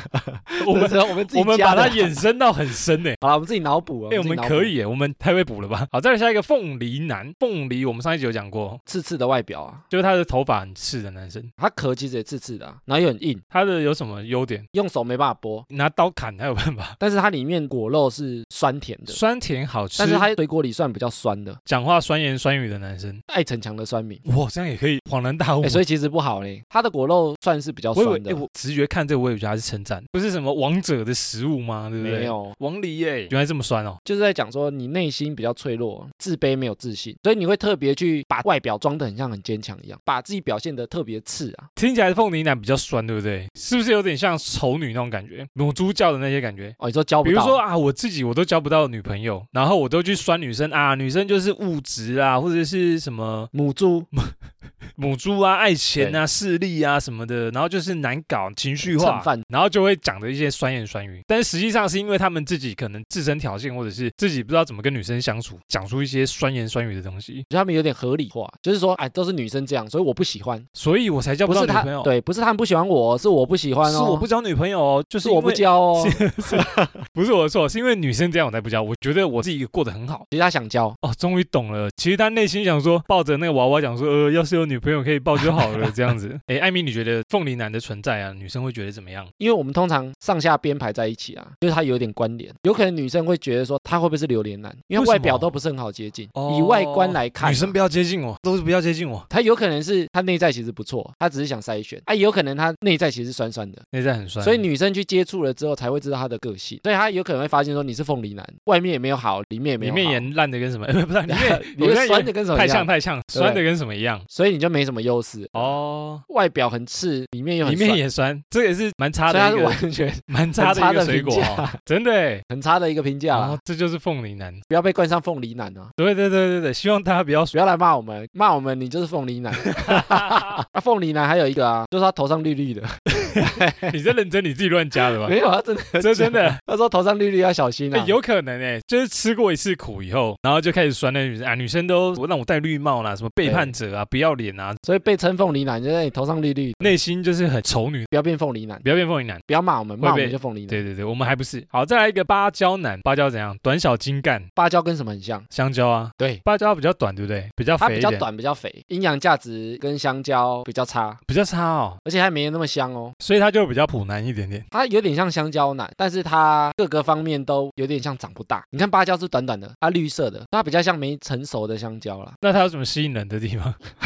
Speaker 1: 我们
Speaker 2: 这是我们自己
Speaker 1: 我们把
Speaker 2: 加的
Speaker 1: 它
Speaker 2: 啊
Speaker 1: 衍生到很深呢。
Speaker 2: 好了，我们自己脑补啊。
Speaker 1: 哎，我
Speaker 2: 自己
Speaker 1: 们
Speaker 2: 脑补
Speaker 1: 可以耶，我们太会补了吧？好， 再来下一个凤梨男。凤梨我们上一集有讲过，
Speaker 2: 刺刺的外表啊，
Speaker 1: 就是他的头发很刺的男生，
Speaker 2: 它壳其实也刺刺的、啊，然后又很硬，
Speaker 1: 他的有什么优点？
Speaker 2: 用手没办法剥，
Speaker 1: 拿刀砍他有办法，
Speaker 2: 但是它里面果肉是酸甜的，
Speaker 1: 酸甜好吃。
Speaker 2: 但是它水果里算比较酸的，
Speaker 1: 讲话酸言酸语的男生，
Speaker 2: 爱逞强的酸民。
Speaker 1: 哇，这样也可以恍然大悟
Speaker 2: 哎、。所以其实不好嘞，它的果肉算是比较
Speaker 1: 我以为
Speaker 2: 酸，的
Speaker 1: 哎，，我直觉看这个，我以为他是称赞，不是什么王者的食物吗？对不对？
Speaker 2: 没有，
Speaker 1: 王梨耶，原来这么酸哦。
Speaker 2: 就是在讲说你内心比较脆弱，自卑没有自信，所以你会特别去把外表装得很像很坚强一样，把自己表现得特别刺啊。
Speaker 1: 听起来凤梨奶比较酸，对不对？是不是有点像丑女那种感觉，母猪教的那些感觉？
Speaker 2: 哦，你说交不
Speaker 1: 比
Speaker 2: 到，
Speaker 1: 如说啊，我自己我都交不到女朋友，然后我都去酸女生啊，女生就是物质啊，或者是什么
Speaker 2: 母猪
Speaker 1: 母猪啊、爱钱啊、势力啊什么的，然后就是难搞、情绪化
Speaker 2: 蹭，饭，
Speaker 1: 然后就会讲的一些酸言酸语，但实际上是因为他们自己可能自身条件，或者是自己不知道怎么跟女生相处，讲出一些酸言酸语的东西，
Speaker 2: 我觉得他们有点合理化，就是说，哎，都是女生这样，所以我不喜欢，
Speaker 1: 所以我才交
Speaker 2: 不
Speaker 1: 不到
Speaker 2: 是
Speaker 1: 女
Speaker 2: 他
Speaker 1: 朋友。，
Speaker 2: 对，不是他们不喜欢我，是我不喜欢哦，
Speaker 1: 是我不交女朋友哦， 就是
Speaker 2: 是我不
Speaker 1: 因为，
Speaker 2: 交哦，
Speaker 1: 不是我的错，是因为女生这样我才不交。我觉得我自己过得很好
Speaker 2: 其实他想交，
Speaker 1: 哦，终于懂了。其实他内心想说，抱着那个娃娃讲说，呃，要是有女朋友可以抱就好了，这样 子。哎，艾米，你觉得凤梨男的存在啊，女生会觉得怎么样？
Speaker 2: 因为我们通常上下编排在一起啊，就是他有点关联，有可能女生会觉得说他会不会是榴莲男，因
Speaker 1: 为
Speaker 2: 为
Speaker 1: 什么
Speaker 2: 外表都不是很好接近，
Speaker 1: 哦
Speaker 2: 以外观来看啊、
Speaker 1: 女生不要接近我，都是不要接近我，
Speaker 2: 他有可能是他内在其实不错，他只是想筛选啊，有可能他内在其实酸酸的，
Speaker 1: 内在很酸。
Speaker 2: 所以女生去接触了之后才会知道他的个性，所以他有可能会发现说你是凤梨男，外面也没有好，里面也没
Speaker 1: 里
Speaker 2: 有好，
Speaker 1: 面也烂的跟什么？ 不是，里 面
Speaker 2: 你
Speaker 1: 我
Speaker 2: 会
Speaker 1: 现在
Speaker 2: 酸的跟什么
Speaker 1: 太
Speaker 2: 一
Speaker 1: 呛
Speaker 2: 样，
Speaker 1: 太呛，酸的跟什么一样？
Speaker 2: 所以你就没什么优势，
Speaker 1: 哦，
Speaker 2: 外表很刺，里面又很
Speaker 1: 里面
Speaker 2: 酸
Speaker 1: 也酸，这也是蛮差
Speaker 2: 所以他
Speaker 1: 的
Speaker 2: 是
Speaker 1: 一个
Speaker 2: 完全
Speaker 1: 蛮差的一个
Speaker 2: 很差的
Speaker 1: 水
Speaker 2: 评
Speaker 1: 果
Speaker 2: 价啊
Speaker 1: 哦， 真的欸。
Speaker 2: 很差的一个评价
Speaker 1: 然
Speaker 2: 啦
Speaker 1: 后，这就是凤梨男，
Speaker 2: 不要被冠上凤梨男啊。
Speaker 1: 对对对对对，希望大家不要
Speaker 2: 不要来骂我 们，骂我们你就是凤梨男。那、啊、凤梨男还有一个啊，就是他头上绿绿的，
Speaker 1: 你在认真你自己乱加的吧？
Speaker 2: 没有啊，真的
Speaker 1: 这 真的、
Speaker 2: 他说头上绿绿要小心啊
Speaker 1: 欸。有可能哎、就是吃过一次苦以后，然后就开始酸那女生啊，女生都让我戴绿帽啦，什么背叛者啊，不要脸啊，
Speaker 2: 所以被称凤梨男，就是你头上绿绿，
Speaker 1: 内心就是很丑女，
Speaker 2: 不要变凤梨男，
Speaker 1: 不要变凤梨男。
Speaker 2: 不要骂我们，
Speaker 1: 会被
Speaker 2: 骂我们就凤梨男。
Speaker 1: 对对对，我们还不是好，再来一个芭蕉男，芭蕉怎样？短小精干，
Speaker 2: 芭蕉跟什么很像？
Speaker 1: 香蕉啊，
Speaker 2: 对，
Speaker 1: 芭蕉比较短，对不对？比较
Speaker 2: 它
Speaker 1: 肥
Speaker 2: 比
Speaker 1: 一
Speaker 2: 较
Speaker 1: 点，
Speaker 2: 短，比较肥，营养价值跟香蕉比较差，
Speaker 1: 比较差哦，
Speaker 2: 而且还没那么香哦。
Speaker 1: 所以它就比较普男一点点。
Speaker 2: 它有点像香蕉奶，但是它各个方面都有点像长不大。你看芭蕉是短短的，它绿色的，它比较像没成熟的香蕉啦。
Speaker 1: 那它有什么吸引人的地方？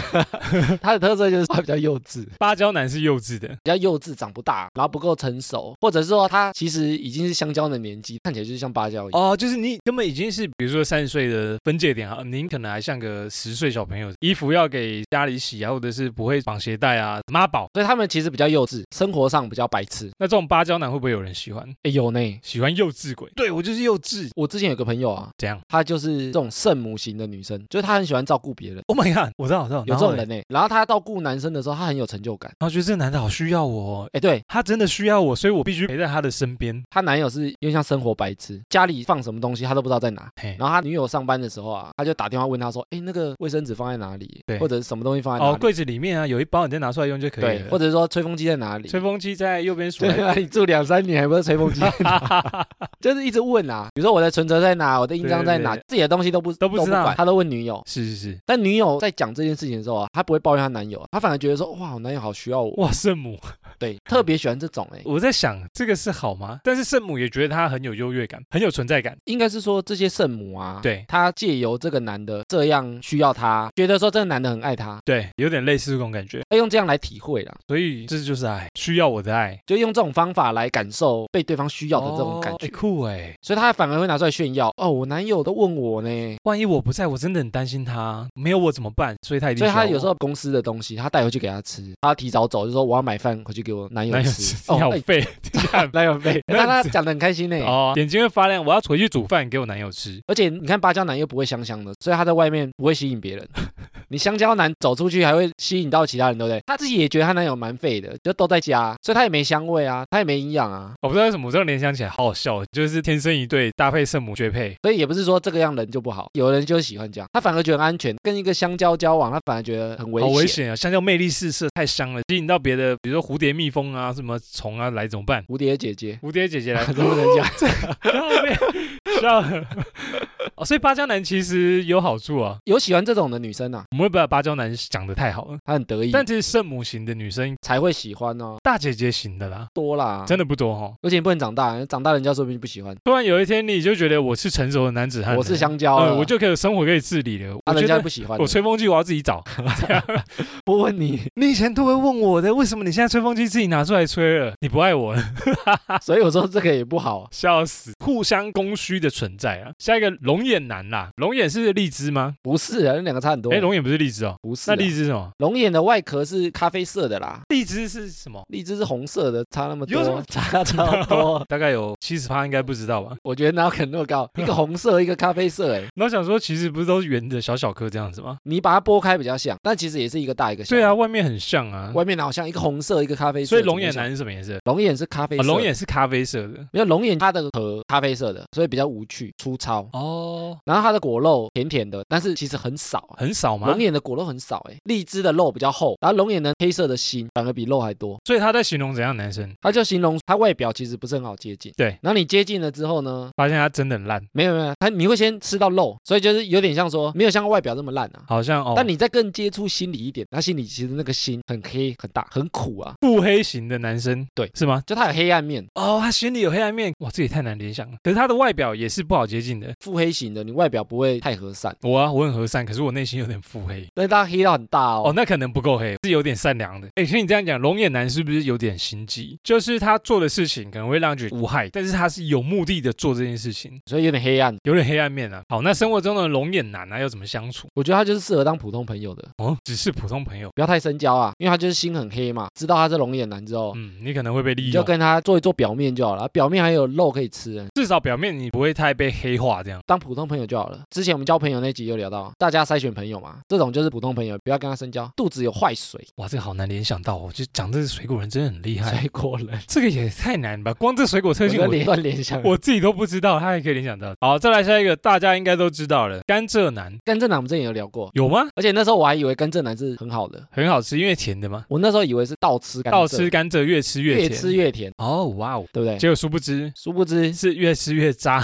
Speaker 2: 它的特色就是它比较幼稚，比
Speaker 1: 芭蕉男是幼稚的，
Speaker 2: 较幼稚，长不大，然后不够成熟，或者是说它其实已经是香蕉的年纪，看起来就是像芭蕉一样。
Speaker 1: 哦，就是你根本已经是，比如说三十岁的分界点啊，您可能还像个十岁小朋友，衣服要给家里洗啊，或者是不会绑鞋带啊，妈宝。
Speaker 2: 所以他们其实比较幼稚，生活上比较白痴。
Speaker 1: 那这种芭蕉男会不会有人喜欢？
Speaker 2: 哎有呢，
Speaker 1: 喜欢幼稚鬼？对我就是幼稚，
Speaker 2: 我之前有个朋友啊，
Speaker 1: 怎样
Speaker 2: 她就是这种圣母型的女生，就是她很喜欢照顾别人，
Speaker 1: ？Oh my god！我知道，我知道，
Speaker 2: 有
Speaker 1: 然
Speaker 2: 这
Speaker 1: 后
Speaker 2: 种
Speaker 1: 嘞
Speaker 2: 人，呢、然后她照顾男生的时候，她很有成就感。
Speaker 1: 然后觉得这个男的好需要我、哦，
Speaker 2: 哎，对，
Speaker 1: 他真的需要我，所以我必须陪在他的身边。
Speaker 2: 她男友是有点像生活白痴，家里放什么东西她都不知道在哪。
Speaker 1: 嘿，
Speaker 2: 然后她女友上班的时候啊，他就打电话问她说：“哎，那个卫生纸放在哪里？
Speaker 1: 对
Speaker 2: 或者是什么东西放在哪
Speaker 1: 哦，
Speaker 2: 里？
Speaker 1: 柜子里面啊，有一包，你再拿出来用就可以
Speaker 2: 对，或
Speaker 1: 了。
Speaker 2: 者是说吹风机在哪里？”
Speaker 1: 吹风机在右边数来
Speaker 2: 对啊，你住两三年还不是吹风机， 就是一直问啊。比如说我的存折在哪，我的印章在哪，
Speaker 1: 对对
Speaker 2: 自己的东西都不
Speaker 1: 都不知道
Speaker 2: 管，他都问女友。
Speaker 1: 是是是，
Speaker 2: 但女友在讲这件事情的时候啊，她不会抱怨她男友，她反而觉得说：“哇，我男友好需要我。
Speaker 1: 哇，圣母！”
Speaker 2: 对，特别喜欢这种哎、
Speaker 1: 我在想这个是好吗？但是圣母也觉得他很有优越感，很有存在感。
Speaker 2: 应该是说这些圣母啊，
Speaker 1: 对
Speaker 2: 她借由这个男的这样需要她，觉得说这个男的很爱她，
Speaker 1: 对，有点类似这种感觉，
Speaker 2: 要用这样来体会啦，
Speaker 1: 所以这就是爱，需要我的爱，
Speaker 2: 就用这种方法来感受被对方需要的这种感
Speaker 1: 哦
Speaker 2: 觉，
Speaker 1: 诶酷哎、
Speaker 2: 所以她反而会拿出来炫耀哦，我男友都问我呢。
Speaker 1: 万一我不在，我真的很担心他，没有我怎么办？所以他一定
Speaker 2: 所
Speaker 1: 需
Speaker 2: 以
Speaker 1: 要我。
Speaker 2: 她有时候公司的东西，她带回去给她吃，她提早走就说我要买饭回去给我男 友
Speaker 1: 男友
Speaker 2: 吃
Speaker 1: 吃，，你好
Speaker 2: 哎
Speaker 1: 废，这样
Speaker 2: 男 友费，
Speaker 1: 那
Speaker 2: 但她
Speaker 1: 这
Speaker 2: 讲哎的很开心呢。
Speaker 1: 哦，眼睛会发亮，我要回去煮饭给我男友吃。
Speaker 2: 而且你看芭蕉男又不会香香的，所以他在外面不会吸引 别人。你香蕉男走出去还会吸引到其他人，对不对？她自己也觉得她男友蛮废的，就都在家，所以她也没香味啊，她也没营养啊，
Speaker 1: 我不知道为什么，我这样联想起来好好笑，哦就是天生一对搭配圣母绝配。
Speaker 2: 所以也不是说这个样人就不好，有人就喜欢这样，她反而觉得很安全，跟一个香蕉交往，她反而觉得很危
Speaker 1: 好
Speaker 2: 险。
Speaker 1: 危险啊！香蕉魅力四射，太香了，吸引到别的，比如说蝴蝶、蜜蜂啊，什么虫啊来怎么办？
Speaker 2: 蝴蝶
Speaker 1: 。
Speaker 2: 姐姐
Speaker 1: 蝴蝶姐姐来，
Speaker 2: 能不能讲？
Speaker 1: 后面笑了。哦，所以芭蕉男其实有好处啊，
Speaker 2: 有喜欢这种的女生啊，
Speaker 1: 我们会把芭蕉男讲得太好了。
Speaker 2: 她很得意，
Speaker 1: 但其实圣母型的女生，
Speaker 2: 才会喜欢哦，
Speaker 1: 大姐姐型的啦，
Speaker 2: 多啦，
Speaker 1: 真的不多哦。
Speaker 2: 而且你不能长大，长大人家说不定不喜欢。
Speaker 1: 突然有一天，你就觉得我是成熟的男子汉了，
Speaker 2: 我是香蕉
Speaker 1: 呃
Speaker 2: 了，
Speaker 1: 我就可以生活可以自理了。
Speaker 2: 啊，
Speaker 1: 我觉
Speaker 2: 人家
Speaker 1: 得
Speaker 2: 不喜欢
Speaker 1: 我
Speaker 2: 了，
Speaker 1: 吹风机我要自己找。
Speaker 2: 不问你，
Speaker 1: 你以前都会问我的，为什么你现在吹风机自己拿出来吹了？你不爱我了，
Speaker 2: 所以我说这个也不好。
Speaker 1: 笑死！互相供需的存在啊。下一个龙眼男啦，龙眼是荔枝吗？
Speaker 2: 不是啊，那两个差很多。
Speaker 1: 哎，龙眼不是荔枝哦，
Speaker 2: 不是啊、
Speaker 1: 那荔枝是什么？
Speaker 2: 龙眼的外壳是咖啡色的啦，
Speaker 1: 荔枝是什么？
Speaker 2: 荔枝是红色的，差那么
Speaker 1: 有什么。
Speaker 2: 多，差超多
Speaker 1: 大概有七十趴，应该不知道吧？
Speaker 2: 我觉得哪有可能那么高？一个红色，一个咖啡色、哎，
Speaker 1: 然后想说，其实不是都是圆的小小颗这样子吗？
Speaker 2: 你把它剥开比较像，但其实也是一个大一个小。
Speaker 1: 对啊，，外面很像啊。
Speaker 2: 外面哪有像一个红色，一个咖啡色？
Speaker 1: 所以龙眼
Speaker 2: 怎么会像，
Speaker 1: 男是什么颜色？
Speaker 2: 龙眼是咖啡
Speaker 1: 啊，
Speaker 2: 色，
Speaker 1: 龙眼是咖啡色的。
Speaker 2: 没有龙眼，它的壳咖啡色的，所以比较无趣粗糙。
Speaker 1: 哦，
Speaker 2: 然后它的果肉甜甜的，但是其实很少、啊。
Speaker 1: 很少吗
Speaker 2: 龙？眼的果肉很少哎、荔枝的肉比较厚，然后龙眼的黑色的心反而比肉还多。
Speaker 1: 所以他在形容怎样的男生？
Speaker 2: 他就形容他外表其实不是很好接近。
Speaker 1: 对，
Speaker 2: 然后你接近了之后呢，
Speaker 1: 发现他真的很烂，
Speaker 2: 没有没有，他你会先吃到肉，所以就是有点像说没有像外表这么烂啊。
Speaker 1: 好像哦，
Speaker 2: 但你再更接触心理一点，他心里其实那个心很黑很大很苦啊，
Speaker 1: 腹黑型的男生，
Speaker 2: 对
Speaker 1: 是吗？
Speaker 2: 就他有黑暗面，
Speaker 1: 哦，他心里有黑暗面，哇，这也太难联想了。可是他的外表也是不好接近的。
Speaker 2: 腹黑型的，你外表不会太和善，
Speaker 1: 我啊，我很和善，可是我内心有点腹黑。
Speaker 2: 但是他黑到很大
Speaker 1: 哦
Speaker 2: 哦，，
Speaker 1: 那可能不够黑，是有点善良的。哎，听你这样讲，龙眼男是不是有点心机？就是他做的事情可能会让人觉得无害，但是他是有目的的做这件事情，
Speaker 2: 所以有点黑暗。
Speaker 1: 有点黑暗面啊。好，那生活中的龙眼男啊，要怎么相处？
Speaker 2: 我觉得他就是适合当普通朋友的，
Speaker 1: 哦，只是普通朋友。
Speaker 2: 不要太深交啊，因为他就是心很黑嘛，知道他是龙眼男之后。
Speaker 1: 嗯，你可能会被利
Speaker 2: 你就
Speaker 1: 用。
Speaker 2: 跟他做一做表面就好了，表面还有肉可以吃，
Speaker 1: 至少表面你不会太被黑化这样。
Speaker 2: 当普通朋友就好了。之前我们交朋友那集有聊到，大家筛选朋友嘛，这种就是普通朋友，不要跟他深交。肚子有坏水，
Speaker 1: 哇，这个好难联想到哦，就讲这水果人真的很厉害，
Speaker 2: 水 果人，
Speaker 1: 这个也太难吧？光这水果特
Speaker 2: 我
Speaker 1: 性
Speaker 2: 就
Speaker 1: 哎我
Speaker 2: 连乱联 想。
Speaker 1: 我自己都不知道，他还可以联想到。好，再来下一个，大家应该都知道了，甘蔗男
Speaker 2: 甘蔗男我们之前有聊过，
Speaker 1: 有吗？
Speaker 2: 而且那时候我还以为甘蔗男是很好的，
Speaker 1: 很好吃，因为甜的吗？
Speaker 2: 我那时候以为是倒吃甘蔗，
Speaker 1: 倒吃甘蔗越吃越
Speaker 2: 越
Speaker 1: 甜，
Speaker 2: 吃越甜，
Speaker 1: 哦，哇哦！
Speaker 2: 对不对？
Speaker 1: 结果殊不知
Speaker 2: 殊不知
Speaker 1: 是越吃越 渣，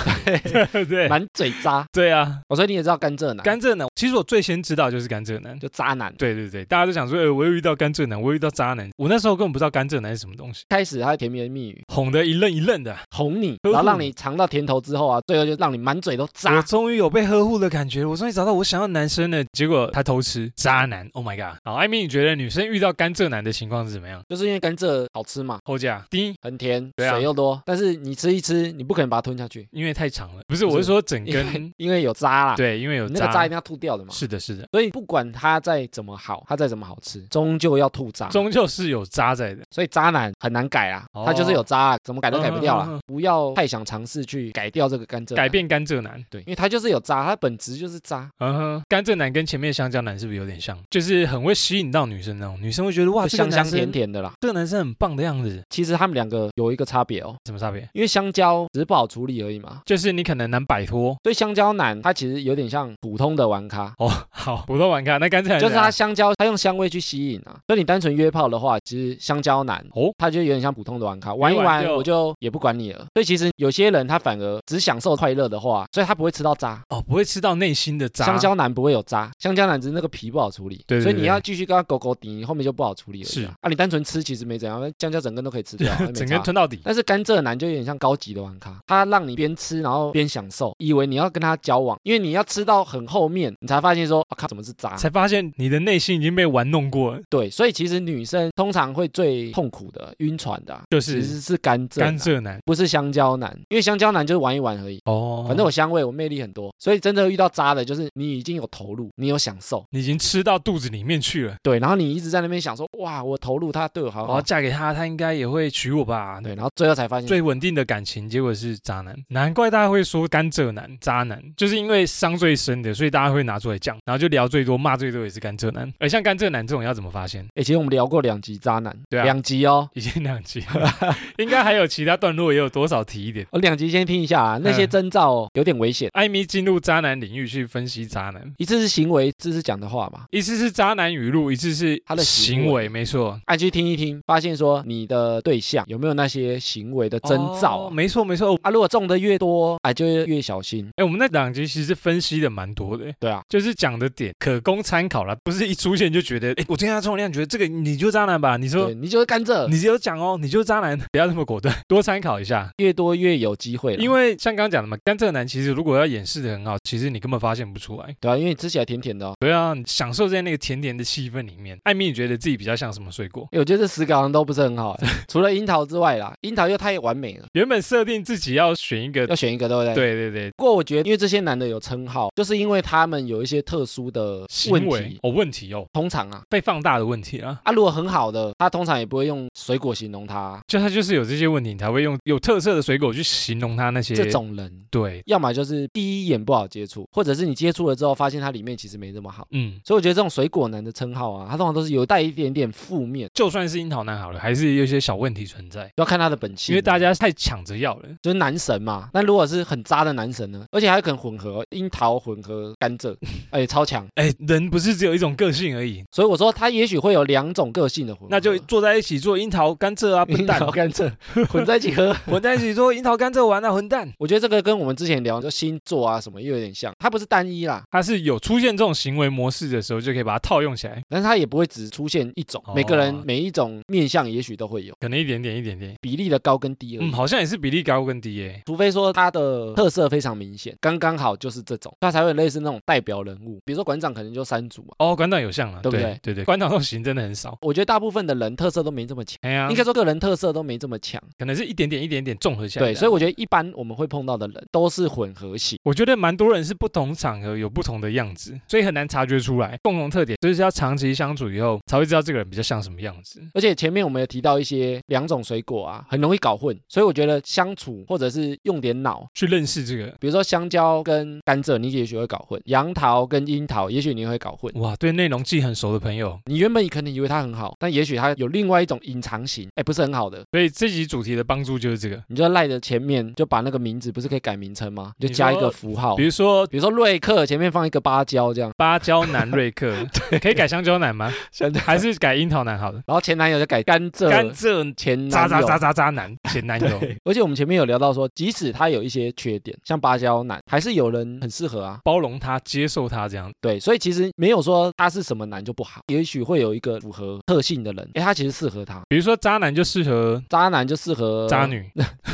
Speaker 1: 对不对？
Speaker 2: 满嘴渣。哦
Speaker 1: 对啊，
Speaker 2: 我、所以你也知道甘蔗男，
Speaker 1: 哎甘蔗男，其实我最先知道就是甘蔗男。
Speaker 2: 就渣男。
Speaker 1: 对对对，大家都想说，呃，我又遇到甘蔗男，我又遇到渣男。我那时候根本不知道甘蔗男是什么东西，
Speaker 2: 开始他甜言蜜语
Speaker 1: 哄得一愣一愣的。
Speaker 2: 哄你，
Speaker 1: 呵护
Speaker 2: 然后让
Speaker 1: 你
Speaker 2: 你尝到甜头之后啊，最后就让你满嘴都
Speaker 1: 我
Speaker 2: 渣。
Speaker 1: 终于有被呵护的感觉，我终于找到我想要的男生了。结果他偷吃，渣男。Oh my god！好，艾米，你觉得女生遇到甘蔗男的情况是怎么样？
Speaker 2: 就是因为甘蔗好吃嘛，
Speaker 1: 后价低，
Speaker 2: 很甜，
Speaker 1: 对啊
Speaker 2: 水又多，但是你吃一吃，你不可能把它吞下去，
Speaker 1: 因为太长了。不是，
Speaker 2: 不是
Speaker 1: 我是说整
Speaker 2: 因为
Speaker 1: 根。
Speaker 2: 因为有渣啦。
Speaker 1: 对，因为有
Speaker 2: 你那个渣
Speaker 1: 渣
Speaker 2: 一。定要吐掉的嘛。
Speaker 1: 是的，是的，
Speaker 2: 所以不管它再怎么好，它再怎么好吃，终究要吐渣。
Speaker 1: 终究是有渣在的。
Speaker 2: 所以渣男很难改啊，
Speaker 1: 哦
Speaker 2: 他就是有渣啊，怎么改都改不
Speaker 1: 嗯
Speaker 2: 掉
Speaker 1: 嗯嗯
Speaker 2: 啦。不要太想尝试去改掉这个甘蔗男，
Speaker 1: 改变甘蔗男。
Speaker 2: 对，因为他就是有渣，他本质就是渣。
Speaker 1: 嗯哼，甘蔗男跟前面的香蕉男是不是有点像？就是很会吸引到女生那种，女生会觉得哇，
Speaker 2: 就
Speaker 1: 这个
Speaker 2: 香
Speaker 1: 男
Speaker 2: 香
Speaker 1: 生
Speaker 2: 甜，甜的啦，
Speaker 1: 这个男生很棒的样子，
Speaker 2: 其实他们两个有一个差别哦，
Speaker 1: 什么差别？
Speaker 2: 因为香蕉只是不好处理而已嘛，
Speaker 1: 就是你可能难摆脱
Speaker 2: 所以香蕉男他其实有点像普通的玩咖，
Speaker 1: 哦。好，普通玩咖，那甘 蔗男
Speaker 2: 就是
Speaker 1: 怎
Speaker 2: 他
Speaker 1: 样
Speaker 2: 香蕉他用香味去吸引啊，所以你单纯约炮的话，其实香蕉男
Speaker 1: 哦
Speaker 2: 他就有点像普通的玩咖，玩一
Speaker 1: 玩
Speaker 2: 玩
Speaker 1: 就
Speaker 2: 我就也不管你了。所以其实有些人他反而只享受快乐的话，所以他不会吃到渣。
Speaker 1: 哦，不会吃到内心的渣。
Speaker 2: 香蕉男不会有渣，香蕉男只是那个皮不好处理，
Speaker 1: 对对
Speaker 2: 所以你
Speaker 1: 对
Speaker 2: 要继续跟他勾勾顶，后面就不好处理了。
Speaker 1: 是
Speaker 2: 啊，你单纯吃其实没怎样，香蕉整根都可以吃掉，啊 也没
Speaker 1: 整
Speaker 2: 差
Speaker 1: 根吞到底。
Speaker 2: 但是甘蔗男就有点像高级的玩咖，他让你边吃然后边享受，以为你要跟他交往，因为你要吃到很后面，你才发现说，啊靠，怎么是渣？
Speaker 1: 才发现你的内心已经被玩弄过了，
Speaker 2: 对，所以其实女生通常会最痛苦的、晕船的啊、
Speaker 1: 就
Speaker 2: 其
Speaker 1: 是
Speaker 2: 实是啊甘蔗，
Speaker 1: 甘，蔗男
Speaker 2: 不是香蕉男，因为香蕉男就是玩一玩而已。
Speaker 1: 哦。
Speaker 2: 反正我香味，我魅力很多，所以真的遇到渣的，就是你已经有投入，你有享受，
Speaker 1: 你已经吃到肚子里面去了，
Speaker 2: 对，然后你一直在那边想说，哇，我投入他对我好
Speaker 1: 我要
Speaker 2: 好，
Speaker 1: 嫁给他，他应该也会娶我吧？
Speaker 2: 对，然后最后才发现，
Speaker 1: 哦最稳定的感情，结果是渣男，难怪大家会说甘蔗男、渣男，就是因为伤最深的，所以大家会拿出来讲，然后就聊最多、骂最多也是甘蔗男。哎而像甘蔗男这种要怎么发现？
Speaker 2: 哎，其实我们聊过两集渣男，
Speaker 1: 对啊
Speaker 2: 两集哦，
Speaker 1: 已经两集了， 应该还有其他段落也有多少提一点。
Speaker 2: 我哦两集先听一下啊，那些
Speaker 1: 嗯
Speaker 2: 征兆哦有点危险。
Speaker 1: 艾米进入渣男领域去分析渣男，
Speaker 2: 一次是行为，一次是讲的话嘛。
Speaker 1: 一次是渣男语录，一次是
Speaker 2: 他的行为
Speaker 1: 行为，没错。
Speaker 2: 按、去听一听，发现说你的对象有没有那些行为的征兆
Speaker 1: 哦
Speaker 2: 啊？
Speaker 1: 没错没错。哦
Speaker 2: 啊如果中的越多，哎、就越小心。
Speaker 1: 哎、我们那两集其实分析的蛮多的，哎
Speaker 2: 对啊，
Speaker 1: 就是讲的点可供参考啦，不是一出现就觉得，哎、我听他重量觉得这个你就渣男吧？你说
Speaker 2: 对你就是甘蔗，
Speaker 1: 你只有讲哦，你就是渣男，不要那么果断，多参考一下。
Speaker 2: 越多越有机会啦。
Speaker 1: 因为像刚刚讲的嘛，甘蔗男其实如果要掩饰的很好，其实你根本发现不出来。
Speaker 2: 对啊，因为你吃起来甜甜的哦。
Speaker 1: 对啊，你享受在那个甜甜的气氛里面。艾米，你觉得自己比较像什么水果？
Speaker 2: 哎我觉得这十个好像都不是很好哎， 除了樱桃之外啦，樱桃又太完美了，
Speaker 1: 原本设定自己要选一个，
Speaker 2: 要选一个，对不对？。
Speaker 1: 对对对，
Speaker 2: 不过我觉得，因为这些男的有称号，就是因为他们有一些特殊的问
Speaker 1: 行为
Speaker 2: 题，
Speaker 1: 哦，问题哦，
Speaker 2: 通常啊。
Speaker 1: 被放大的问题啊。
Speaker 2: 啊，如果很好的，他通常也不会用水果形容他啊、
Speaker 1: 就他就是有这些问题，你才会用有特色的水果去形容他那些
Speaker 2: 这种人，
Speaker 1: 对，
Speaker 2: 要么就是第一眼不好接触，或者是你接触了之后发现它里面其实没这么好。
Speaker 1: 嗯，
Speaker 2: 所以我觉得这种水果男的称号啊，他通常都是有带一点点负面，
Speaker 1: 就算是樱桃男好了，还是有一些小问题存在，
Speaker 2: 要看他的本性啊。
Speaker 1: 因为大家太抢着要了。
Speaker 2: 就是男神嘛，那如果是很渣的男神呢，而且还可能混合樱桃混合甘 蔗，哎、超强。
Speaker 1: 哎，人不是只有一种个性而已，
Speaker 2: 所以我说他也许会有两种个性的混合，
Speaker 1: 那就坐在一起做樱桃甘蔗啊，笨
Speaker 2: 樱
Speaker 1: 蛋
Speaker 2: 桃！甘 蔗混在一起喝。
Speaker 1: 混在一起做樱桃甘蔗玩啊，混蛋！
Speaker 2: 我觉得这个跟我们之前聊的星座啊什么又有点像，它不是单一啦，
Speaker 1: 他是有出现这种行为模式的时候，就可以把它套用起来，
Speaker 2: 但是它也不会只出现一种，
Speaker 1: 哦
Speaker 2: 每个人每一种面相也许都会有
Speaker 1: 可能一点点一点点。
Speaker 2: 比例的高跟低而已。
Speaker 1: 嗯，好像也是比例高跟低耶、
Speaker 2: 除非说他的特色非常明显，刚刚好就是这种，他才会类似那种代表人物。比如说馆长可能就三组嘛，
Speaker 1: 哦，馆长有像了，
Speaker 2: 对不
Speaker 1: 对对对，馆长这种型真的很少。
Speaker 2: 我觉得大部分的人特色都没这么强，
Speaker 1: 哎呀，
Speaker 2: 应该说个人特色都没这么强。
Speaker 1: 可能是一点点一点点综合起来的。
Speaker 2: 对，所以我觉得一般我们会碰到的人都是混合型。
Speaker 1: 我觉得蛮多人是不同场合有不同的样子，所以很难察觉出来共同特点，就是要长期相处以后才会知道这个人比较像什么样子。
Speaker 2: 而且前面我们有提到一些两种水果啊，很容易搞混，所以我觉得相处或或者是用点脑。
Speaker 1: 去认识这个。
Speaker 2: 比如说香蕉跟甘蔗，你也许会搞混；杨桃跟樱桃，也许你会搞混。
Speaker 1: 哇，对内容既很熟的朋友，
Speaker 2: 你原本可能以为它很好，但也许它有另外一种隐藏型，哎，不是很好的。
Speaker 1: 所以这集主题的帮助就是这个。
Speaker 2: 你就在赖的前面就把那个名字不是可以改名称吗？你就加一个符号，
Speaker 1: 比
Speaker 2: 比如
Speaker 1: 如说
Speaker 2: 说瑞克前面放一个芭蕉这样，
Speaker 1: 芭蕉男瑞 克，可以改香蕉男吗？
Speaker 2: 香蕉
Speaker 1: 还是改樱桃男好了？
Speaker 2: 然后前男友就改甘蔗，
Speaker 1: 甘蔗
Speaker 2: 前
Speaker 1: 渣
Speaker 2: 男
Speaker 1: 渣
Speaker 2: 友
Speaker 1: 渣渣渣男前男友，
Speaker 2: 而且我们前面有聊到说，即使他有一些缺点，像芭蕉男，还是有人很适合啊。
Speaker 1: 包容他，接受他这样。
Speaker 2: 对，所以其实没有说他是什么男就不好，也许会有一个符合特性的人，哎，他其实适合他。
Speaker 1: 比如说渣男就适合
Speaker 2: 渣男就适合
Speaker 1: 渣， 女，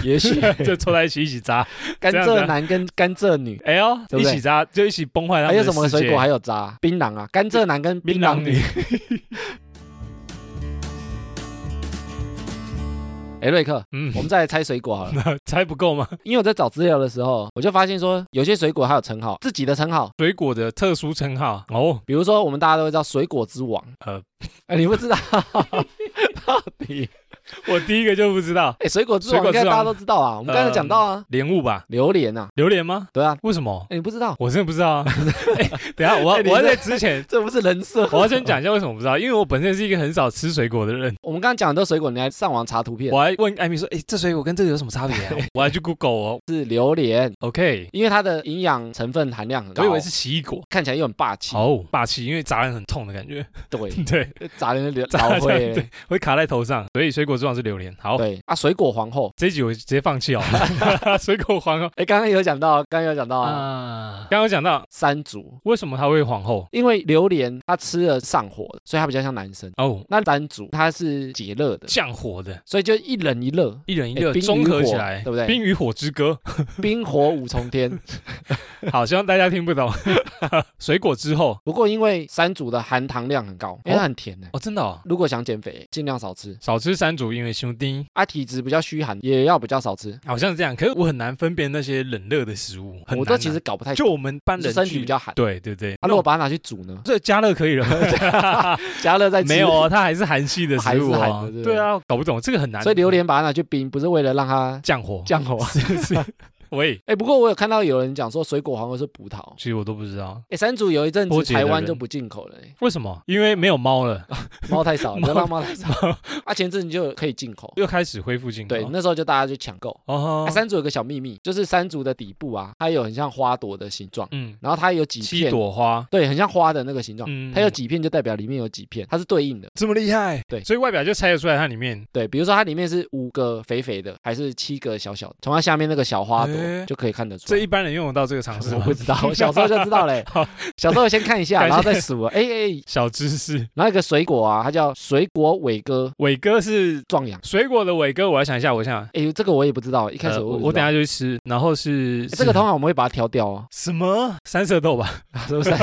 Speaker 2: 也许
Speaker 1: 就凑在一起一起渣。
Speaker 2: 甘
Speaker 1: 这样子啊
Speaker 2: 蔗男跟甘蔗女，
Speaker 1: 哎呦，
Speaker 2: 对
Speaker 1: 一
Speaker 2: 不对
Speaker 1: 起渣就一起崩坏他
Speaker 2: 还
Speaker 1: 们
Speaker 2: 有
Speaker 1: 的
Speaker 2: 什么
Speaker 1: 世界
Speaker 2: 水果还有渣？槟榔啊，甘蔗男跟槟
Speaker 1: 槟
Speaker 2: 榔
Speaker 1: 榔
Speaker 2: 女
Speaker 1: 女。
Speaker 2: 哎，瑞克，
Speaker 1: 嗯
Speaker 2: 我，们再来猜水 果好了，
Speaker 1: 猜不够吗？
Speaker 2: 因为我在找资料的时候，我就发现说有些水果还有称号，自己的称号，
Speaker 1: 水果的特殊称号哦，
Speaker 2: 比如说我们大家都会知道水果之王，
Speaker 1: 呃，
Speaker 2: 哎，你不知道到底
Speaker 1: 我第一个就不知道，
Speaker 2: 哎，水果之
Speaker 1: 水
Speaker 2: 王
Speaker 1: 果
Speaker 2: 应该
Speaker 1: 之
Speaker 2: 大
Speaker 1: 王嗯
Speaker 2: 家都知道啊，我们刚才讲到啊，
Speaker 1: 莲雾吧，
Speaker 2: 榴莲啊，
Speaker 1: 榴莲吗？
Speaker 2: 对啊，
Speaker 1: 为什么？
Speaker 2: 哎，你不知道，
Speaker 1: 我真的不知道 啊！哎，等一下，我
Speaker 2: 哎
Speaker 1: 要
Speaker 2: 你
Speaker 1: 我要
Speaker 2: 这
Speaker 1: 在之前，
Speaker 2: 这不是人设。
Speaker 1: 我要先讲一下为什么我不知道，因为我本身是一个很少吃水果的 人，
Speaker 2: 我们刚刚讲很多水果，你还上网查图片，
Speaker 1: 我还问艾米说：“哎、这水果跟这个有什么差别、啊？” 我还去 Google 哦。
Speaker 2: 是榴莲，
Speaker 1: OK，
Speaker 2: 因为它的营养成分含量很高，
Speaker 1: 我以为是奇异果。
Speaker 2: 看起来又很霸气，
Speaker 1: 好霸气，因为砸人很痛的感觉，
Speaker 2: 对，
Speaker 1: 对，
Speaker 2: 砸人的
Speaker 1: 砸
Speaker 2: 老
Speaker 1: 人
Speaker 2: 会
Speaker 1: 对
Speaker 2: 嘞。
Speaker 1: 会卡在头上，所以水果之王是榴莲。好，
Speaker 2: 对啊，水果皇后，
Speaker 1: 这一集我直接放弃 哦。水果皇后
Speaker 2: 哎，刚刚有讲到，刚刚有讲到啊
Speaker 1: 啊，刚刚讲到
Speaker 2: 山竹，
Speaker 1: 为什么她会皇后
Speaker 2: 因为榴莲它吃了上火，所以它比较像男生。
Speaker 1: 哦，
Speaker 2: 那山竹它是解热的，
Speaker 1: 降火的，
Speaker 2: 所以就一冷一热，
Speaker 1: 一人一
Speaker 2: 哎
Speaker 1: 个
Speaker 2: 冰与
Speaker 1: 综合
Speaker 2: 火
Speaker 1: 起来，
Speaker 2: 对不对
Speaker 1: 冰与火之 歌，
Speaker 2: 冰火五重 天。
Speaker 1: 好，希望大家听不懂。 水果之后
Speaker 2: 不过因为山竹的含糖量很高，因为它很甜呢、
Speaker 1: 哦，真的哦，
Speaker 2: 如果想减肥，尽量少吃
Speaker 1: 少吃山竹，因为兄弟。
Speaker 2: 啊，体质比较虚寒，也要比较少吃。
Speaker 1: 好像是这样，可是我很难分辨那些冷热的食物，很难啊、
Speaker 2: 我都其实搞不太
Speaker 1: 就我们班
Speaker 2: 懂，是
Speaker 1: 人
Speaker 2: 身体
Speaker 1: 去
Speaker 2: 比较寒。
Speaker 1: 对对对，
Speaker 2: 啊，如果把它拿去煮呢？
Speaker 1: 这加热可 以了吗，
Speaker 2: 加热再吃。
Speaker 1: 没有，哦，它还是韩系的食物、哦、
Speaker 2: 还是韩的对不对
Speaker 1: 对啊，搞不懂这个很难。啊
Speaker 2: 所以榴莲把它拿去冰，不是为了让它
Speaker 1: 降火，啊
Speaker 2: 降火。啊
Speaker 1: 是 是，喂，
Speaker 2: 哎，不过我有看到有人讲说水果皇后是葡萄。
Speaker 1: 其实我都不知道
Speaker 2: 哎，山竹有一阵
Speaker 1: 波
Speaker 2: 子
Speaker 1: 姐的
Speaker 2: 台
Speaker 1: 人
Speaker 2: 湾就不进口了、哎
Speaker 1: 为什么，因为没有猫了，
Speaker 2: 猫太少
Speaker 1: 猫
Speaker 2: 了，你知道猫太少了。啊，前阵子就可以进口，
Speaker 1: 又开始恢复进口。
Speaker 2: 对，那时候就大家就抢购。
Speaker 1: 哦
Speaker 2: 啊，，山竹有个小秘密，就是山竹的底部啊，它有很像花朵的形状，
Speaker 1: 嗯，
Speaker 2: 然后它有几
Speaker 1: 七
Speaker 2: 片，
Speaker 1: 朵花
Speaker 2: 对，很像花的那个形状，
Speaker 1: 嗯
Speaker 2: 它有几片就代表里面有几片，它是对应的。
Speaker 1: 这么厉害，
Speaker 2: 对
Speaker 1: 所以外表就猜得出来它里面
Speaker 2: 对，比如说它里面是五个肥肥的，还是七个小小的，从它下面那个小花朵
Speaker 1: 诶
Speaker 2: 就可以看得出
Speaker 1: 这
Speaker 2: 来。
Speaker 1: 一般人用得到这个 常识
Speaker 2: 我
Speaker 1: 吗
Speaker 2: 不？知道，我小时候就知道嘞
Speaker 1: 好。
Speaker 2: 小时候先看一下，
Speaker 1: 感谢
Speaker 2: 然后再数了。哎哎，哎
Speaker 1: 小知识，
Speaker 2: 然后一个水果啊，它叫水果伟哥
Speaker 1: 伟哥是
Speaker 2: 壮阳。
Speaker 1: 水果的伟哥，我要想一下，我想。
Speaker 2: 哎，这个我也不知道，一开始
Speaker 1: 呃
Speaker 2: 我
Speaker 1: 我
Speaker 2: 也
Speaker 1: 我
Speaker 2: 不知
Speaker 1: 等
Speaker 2: 道
Speaker 1: 下就去吃，然后是，
Speaker 2: 哎这个通常我们会把它挑掉哦
Speaker 1: 什么三色豆吧，
Speaker 2: 是不是？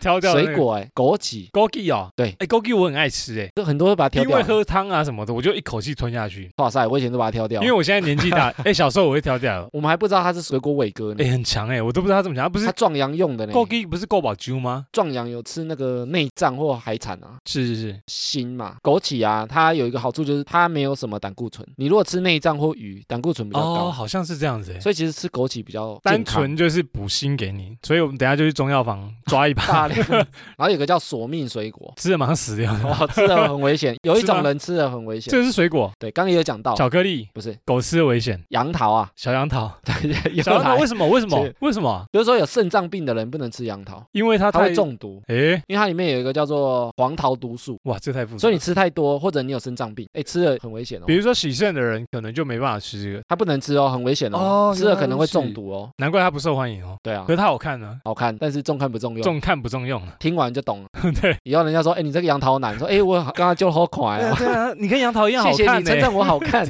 Speaker 1: 挑掉
Speaker 2: 啊水果哎，枸杞，
Speaker 1: 枸杞哦，
Speaker 2: 对
Speaker 1: 哎，枸杞我很爱吃哎，
Speaker 2: 就很多会把它挑
Speaker 1: 因为
Speaker 2: 掉。
Speaker 1: 喝汤啊什么的，我就一口气吞下去，
Speaker 2: 哇塞，我以前都把它挑掉嗯
Speaker 1: 因为。我现在年纪 大，哎，小时候我会挑掉，
Speaker 2: 我们还不知道它是水果伟哥呢
Speaker 1: 哎，，很强哎，我都不知道他怎么讲，他不是
Speaker 2: 它壮阳用的呢。
Speaker 1: 枸杞不是够饱猪吗？
Speaker 2: 壮阳有吃那个内脏或海产啊，
Speaker 1: 是是是，
Speaker 2: 心嘛，枸杞啊，它有一个好处就是它没有什么胆固醇。你如果吃内脏或鱼，胆固醇比较高，
Speaker 1: 哦，好像是这样子哎，
Speaker 2: 所以其实吃枸杞比较
Speaker 1: 单
Speaker 2: 健康
Speaker 1: 纯就是补锌给你，所以我们等一下就去中药房抓一 把，
Speaker 2: 大量。然后有个叫索命水 果，
Speaker 1: 吃了马上死掉。
Speaker 2: 哇，吃的很危险，有一
Speaker 1: 是哦吗
Speaker 2: 种人吃的很危险。
Speaker 1: 这个是水果，
Speaker 2: 对，刚刚也有讲到，
Speaker 1: 巧克力，
Speaker 2: 不是
Speaker 1: 狗吃的危险，
Speaker 2: 杨 桃啊，
Speaker 1: 小杨桃，
Speaker 2: 对，
Speaker 1: 小
Speaker 2: 又
Speaker 1: 杨桃
Speaker 2: 来
Speaker 1: 为。什么？为什么
Speaker 2: 是？
Speaker 1: 为什么？
Speaker 2: 比如说有肾脏病的人不能吃杨桃，
Speaker 1: 因为它
Speaker 2: 它
Speaker 1: 太
Speaker 2: 会，中毒，
Speaker 1: 哎，
Speaker 2: 因为它里面有一个叫做黄桃毒素，
Speaker 1: 哇，这太复杂了。
Speaker 2: 所以你吃太多或者你有肾脏病，哎，吃了很危险哦
Speaker 1: 嗯比。如说洗肾的人可能就没办法吃这个，
Speaker 2: 它不能吃哦，很危险哦
Speaker 1: 哦，
Speaker 2: 吃了可能会
Speaker 1: 原来
Speaker 2: 中
Speaker 1: 如此
Speaker 2: 毒哦。
Speaker 1: 难怪它不受欢迎哦。
Speaker 2: 对啊
Speaker 1: 可，是它好看呢、
Speaker 2: 好看，但是重看不重用。
Speaker 1: 重看不重用啊。
Speaker 2: 听完就懂了。
Speaker 1: 对，
Speaker 2: 以后人家说，哎、你这个杨桃男，说，哎、我 刚刚就好可爱啊，
Speaker 1: 对啊，你跟杨桃一
Speaker 2: 谢谢你称 赞我好看，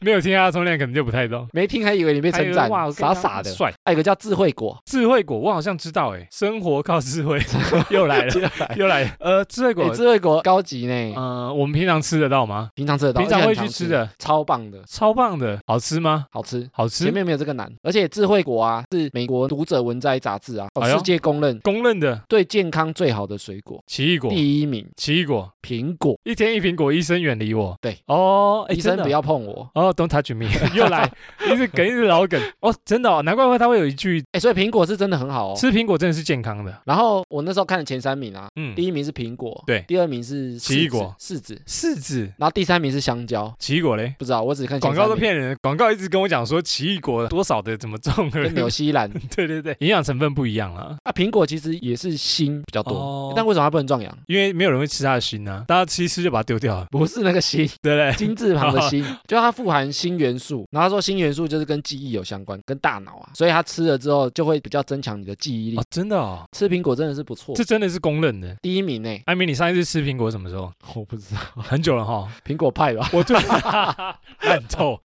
Speaker 1: 没有听他的冲量可能就不太懂。
Speaker 2: 没听还以为你被
Speaker 1: 还
Speaker 2: 称
Speaker 1: 有
Speaker 2: 赞
Speaker 1: 哇，我跟他
Speaker 2: 傻傻的。
Speaker 1: 帅。
Speaker 2: 还有一个叫智慧果，
Speaker 1: 智慧果，我好像知道哎，生活靠智 慧，又来了，又来了。呃，智慧
Speaker 2: 哎、
Speaker 1: 果，
Speaker 2: 智慧果高级呢，
Speaker 1: 呃，我们平常吃得到吗？
Speaker 2: 平常吃得到，
Speaker 1: 平常
Speaker 2: 而且很
Speaker 1: 会去吃
Speaker 2: 吃
Speaker 1: 的，
Speaker 2: 超棒的，
Speaker 1: 超棒的，好吃吗？
Speaker 2: 好吃。
Speaker 1: 好吃
Speaker 2: 前，面没有这个难，而且智慧果啊是美国读者文摘杂志啊、哦
Speaker 1: 哎呦
Speaker 2: 世界公认
Speaker 1: 公认的。
Speaker 2: 对健康最好的水果，
Speaker 1: 奇异果，
Speaker 2: 第一名
Speaker 1: 奇异果，
Speaker 2: 苹果，
Speaker 1: 一天一苹果，医生远离我。
Speaker 2: 对，
Speaker 1: 哦，诶
Speaker 2: 医生
Speaker 1: 真的
Speaker 2: 不要碰我。
Speaker 1: 哦，Don't touch me，又 来，一直梗，一直老梗。哦，真的哦，难怪会他会有一句，
Speaker 2: 哎，所以苹果是真的很好哦。
Speaker 1: 吃苹果真的是健康的。
Speaker 2: 然后我那时候看的前三名啊，
Speaker 1: 嗯，
Speaker 2: 第一名是苹果，
Speaker 1: 对
Speaker 2: 第二名是
Speaker 1: 奇异果
Speaker 2: 柿子
Speaker 1: 柿
Speaker 2: 柿子，
Speaker 1: 子、
Speaker 2: 然后第三名是香蕉。
Speaker 1: 奇异果嘞，
Speaker 2: 不知道，我只看前
Speaker 1: 广告
Speaker 2: 三
Speaker 1: 都
Speaker 2: 名
Speaker 1: 骗人，广告一直跟我讲说奇异果多少的怎么种而
Speaker 2: 跟纽
Speaker 1: 已。
Speaker 2: 西兰
Speaker 1: 对对对，营养成分不一样啦，
Speaker 2: 啊，苹果其实也是心比较多，
Speaker 1: 哦
Speaker 2: 但为什么它不能壮阳？
Speaker 1: 因为没有人会吃它的心啊，大家吃一吃就把它丢掉了，
Speaker 2: 不是那个 心，
Speaker 1: 对不对？
Speaker 2: 金字旁的心，
Speaker 1: 哦
Speaker 2: 就它富含锌元素，然后它说锌元素就是跟记忆有相关，跟大脑啊，所以它吃了之后就会比较增强你的记忆力。
Speaker 1: 哦，真的哦，
Speaker 2: 吃苹果真的是不错
Speaker 1: 这，真的是公认的。
Speaker 2: 第一名呢，
Speaker 1: 艾米，你上一次吃苹果什么时候？
Speaker 2: 我不知道，
Speaker 1: 很久了哈，
Speaker 2: 苹果派吧？
Speaker 1: 我对 烂透。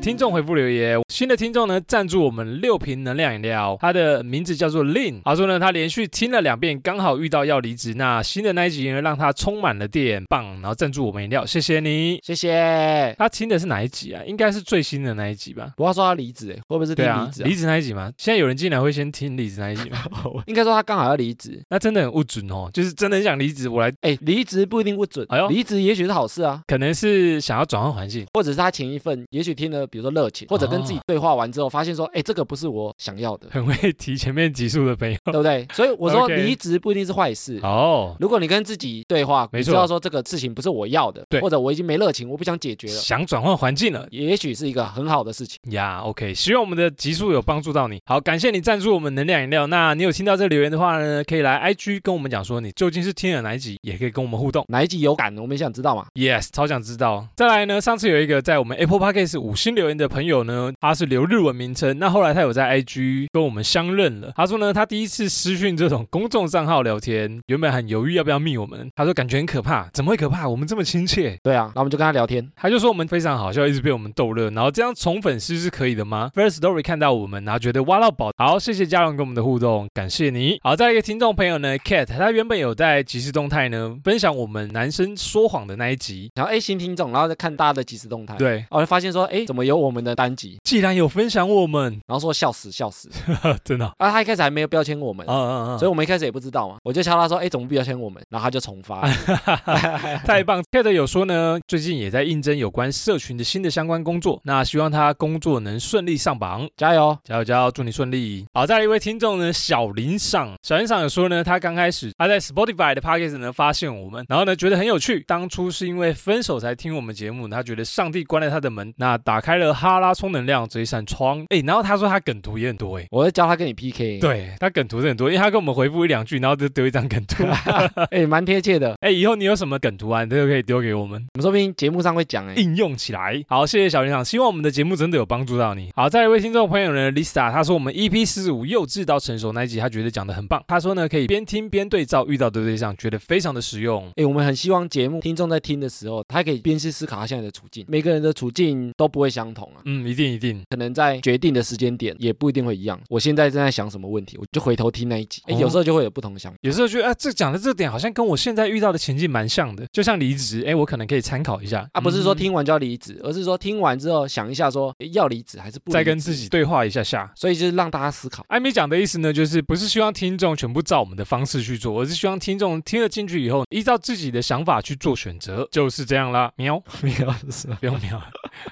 Speaker 1: 听众回复留言，新的听众呢赞助我们六瓶能量饮料，他的名字叫做 Lin。他说呢，他连续听了两遍，刚好遇到要离职，那新的那一集呢让他充满了电，棒，然后赞助我们饮料，谢谢你。
Speaker 2: 谢谢。
Speaker 1: 他听的是哪一集啊？应该是最新的那一集吧？
Speaker 2: 不要说他离职，哎，会不会是
Speaker 1: 对
Speaker 2: 听
Speaker 1: 啊
Speaker 2: 离，职啊
Speaker 1: 离？职那一集嘛。现在有人进来会先听离职那一集吗？
Speaker 2: 应该说他刚好要离职，
Speaker 1: 那真的很不准哦，就是真的很想离职，我来，
Speaker 2: 哎，离职不一定不准
Speaker 1: 哎呦，
Speaker 2: 离职也许是好事啊，
Speaker 1: 可能是想要转换环境。
Speaker 2: 或者是他前一份也许听了，比如说热情，
Speaker 1: 哦
Speaker 2: 或者跟自己对话完之后，发现说，哎，这个不是我想要 的，
Speaker 1: 很会提前面集数的朋友。
Speaker 2: 对不对？所以我说
Speaker 1: OK
Speaker 2: 离职不一定是坏事。
Speaker 1: 哦，
Speaker 2: 如果你跟自己对话，
Speaker 1: 没
Speaker 2: 你知
Speaker 1: 错
Speaker 2: 道说这个事情不是我要的，
Speaker 1: 对
Speaker 2: 或者我已经没热情，我不想解决了，
Speaker 1: 想转换环境了
Speaker 2: 也许是一个很好的事情。
Speaker 1: 呀，OK，希望我们的集数有帮助到你。好，感谢你赞助我们能量饮料。那你有听到这个留言的话呢，可以来 IG 跟我们讲说你究竟是听了哪一集，也可以跟我们互动。
Speaker 2: 哪一集有感，我们也想知道嘛？
Speaker 1: Yes，超想知道。再来呢，上次有一个在我们 Apple Podcast 五星留言的朋友呢，他是留日文名称，那后来他有在 IG 跟我们相认了。他说呢，他第一次私讯这种公众账号聊天，原本很犹豫要不要密我们，他说感觉很可怕，怎么会可怕？我们这么亲切，
Speaker 2: 对啊，那我们就跟他聊天。
Speaker 1: 他就说我们非常好笑，一直被我们逗乐，然后这样宠粉丝是可以的吗？First Story 看到我们，然后觉得挖到宝，好，谢谢嘉荣跟我们的互动，感谢你。好，再来一个听众朋友呢，Cat，他原本有在即时动态呢分享我们男生说谎的那一集，
Speaker 2: 然后哎，新听众，然后再看大家的即时动态，，
Speaker 1: 对，
Speaker 2: 我就发现说，哎，怎么有我们的单集？
Speaker 1: 既然有分享我们，
Speaker 2: 然后说笑死笑死。
Speaker 1: 真的啊，
Speaker 2: 啊，他一开始还没有标签我们。
Speaker 1: 嗯嗯
Speaker 2: 所以
Speaker 1: 嗯，
Speaker 2: 我们一开始也不知道嘛，我就敲他说，哎，怎么不标签我们？然后他就重发，
Speaker 1: 太棒。Cat 有说呢，最近也在应征有关社群的新的相关工作，那希望他工作能顺利上榜。
Speaker 2: 加油！
Speaker 1: 加油加油，祝你顺利！好，再来一位听众呢，小林上，小林上有说呢，他刚开始他在 Spotify 的 Podcast 呢发现我们，然后呢觉得很有趣。当初是因为分手才听我们节目，他觉得上帝关了他的门，那打开了哈拉充能量这一扇窗。哎，然后他说他梗图也很多哎。
Speaker 2: 我会教他跟你 PK，，
Speaker 1: 对他梗图是很多，因为他跟我们回复一两句，然后就丢一张梗 图。
Speaker 2: 哎，蛮贴切的，
Speaker 1: 哎，以后你有什么梗图啊，你都可以丢给我们。
Speaker 2: 我们说不定节目上会讲哎，
Speaker 1: 应用起来。好，谢谢小林长，希望我们的节目真的有帮助到你。好，再来一位听众朋友呢，Lisa，她说我们 EP 四十五幼稚到成熟那一集，她觉得讲的很棒。她说呢，可以边听边对照遇到的对象，觉得非常的实用。
Speaker 2: 哎、我们很希望节目听众在听的时候，他可以边去思考他现在的处境，每个人的处境都不会相同啊，
Speaker 1: 嗯，一定一定，
Speaker 2: 可能在决定的时间点也不一定会一样。我现在正在想什么问题，我就回头听那一集，哎、
Speaker 1: 哦
Speaker 2: 有时候就会有不同的想法。
Speaker 1: 有时候觉得啊，这讲的这点好像跟我现在遇到的情境蛮像的，就像离职，哎，我可能可以参考一下
Speaker 2: 啊，不是说
Speaker 1: 嗯
Speaker 2: 听完就要离职，而是说听完之后想一下说，诶要离职还是不？
Speaker 1: 再跟自，己对话一下下。
Speaker 2: 所以就是让大家 思考。
Speaker 1: 艾米讲的意思呢，就是不是希望听众全部照我们的方式去做，而是希望听众听了进去以后，依照自己的想法去做选择，就是这样啦。喵，
Speaker 2: 没有，是
Speaker 1: 不用瞄，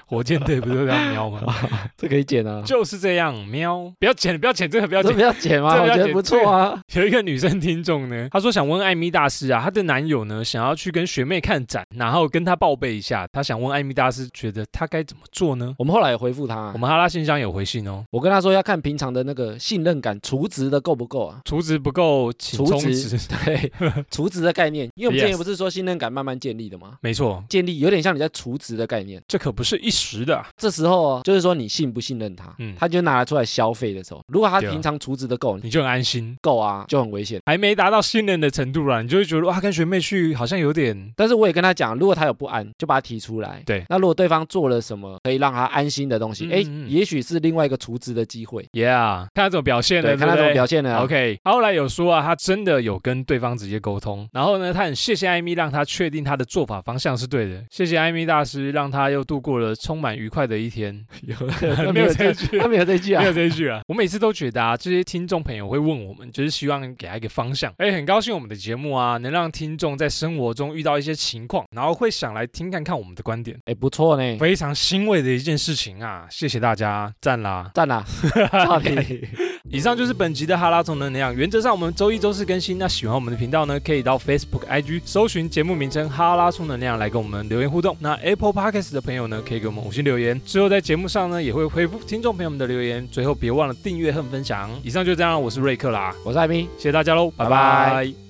Speaker 1: 火箭队不都这样瞄吗？
Speaker 2: 这可以剪 啊，
Speaker 1: 就是这样瞄，不要剪，不要剪，这个不要
Speaker 2: 这
Speaker 1: 剪
Speaker 2: 不。要剪吗？
Speaker 1: 这
Speaker 2: 我
Speaker 1: 不要
Speaker 2: 觉得
Speaker 1: 剪
Speaker 2: 不
Speaker 1: 这个
Speaker 2: 错啊。
Speaker 1: 有一个女生听众呢，她说想问艾米大师啊，她的男友呢想要去跟学妹看展，然后跟她报备一下，她想问艾米大师觉得她该怎么做呢？
Speaker 2: 我们后来也回复他啊
Speaker 1: 我，们哈拉信箱有回信哦，
Speaker 2: 我跟他说要看平常的那个信任感，除值的够不够啊？
Speaker 1: 厨子不够，请
Speaker 2: 除
Speaker 1: 充值。
Speaker 2: 值 对，除值的概念，因为我们之
Speaker 1: Yes
Speaker 2: 前不是说信任感慢慢建立的吗？
Speaker 1: 没错，
Speaker 2: 建立有点像你在除值的概念。
Speaker 1: 这可不是一时的啊，
Speaker 2: 这时候啊就是说你信不信任他，
Speaker 1: 嗯
Speaker 2: 他就拿出来消费的时候，如果他
Speaker 1: 对啊
Speaker 2: 平常除值的够
Speaker 1: 你就很安心，
Speaker 2: 够啊，就很危险。
Speaker 1: 还没达到信任的程度啦，你就会觉得哇，跟学妹去好像有点
Speaker 2: 但是我也跟他讲，如果他有不安，就把他提出来。
Speaker 1: 对
Speaker 2: 那如果对方做了什么可以让他安心的东西，
Speaker 1: 嗯
Speaker 2: 哎、
Speaker 1: 嗯嗯
Speaker 2: 也许是另外一个除值的机会。
Speaker 1: ，Yeah，看她怎么表现了，
Speaker 2: 看他
Speaker 1: 不
Speaker 2: 怎么表现了、啊。
Speaker 1: OK，后来有说啊，他真的有跟对方直接沟通，然后呢，他很谢谢艾米，让他确定他的做法方向是对的，谢谢艾米大师，让他又度过了充满愉快快的一天，有
Speaker 2: 他
Speaker 1: 没
Speaker 2: 没有
Speaker 1: 有这
Speaker 2: 这
Speaker 1: 一 句
Speaker 2: 他？没有这句啊
Speaker 1: 没，有这一句啊！我每次都觉得啊，这些听众朋友会问我们，就是希望给他一个方向。哎，很高兴我们的节目啊，能让听众在生活中遇到一些情况，然后会想来听看看我们的观点，
Speaker 2: 哎，不错呢，
Speaker 1: 非常欣慰的一件事情啊！谢谢大家，赞啦！
Speaker 2: 赞啊 啦，到底
Speaker 1: 以上就是本集的哈拉充能量。原则上我们周一、周四更新。那喜欢我们的频道呢，可以到 Facebook、IG 搜寻节目名称“哈拉充能量”来跟我们留言互动。那 Apple Podcast 的朋友呢，可以给我们五星留言。之后在节目上呢，也会回复听众朋友们的留言。最后别忘了订阅和分享。以上就这样，我是瑞克啦，
Speaker 2: 我是艾米。
Speaker 1: 谢谢大家喽，拜
Speaker 2: 拜
Speaker 1: 拜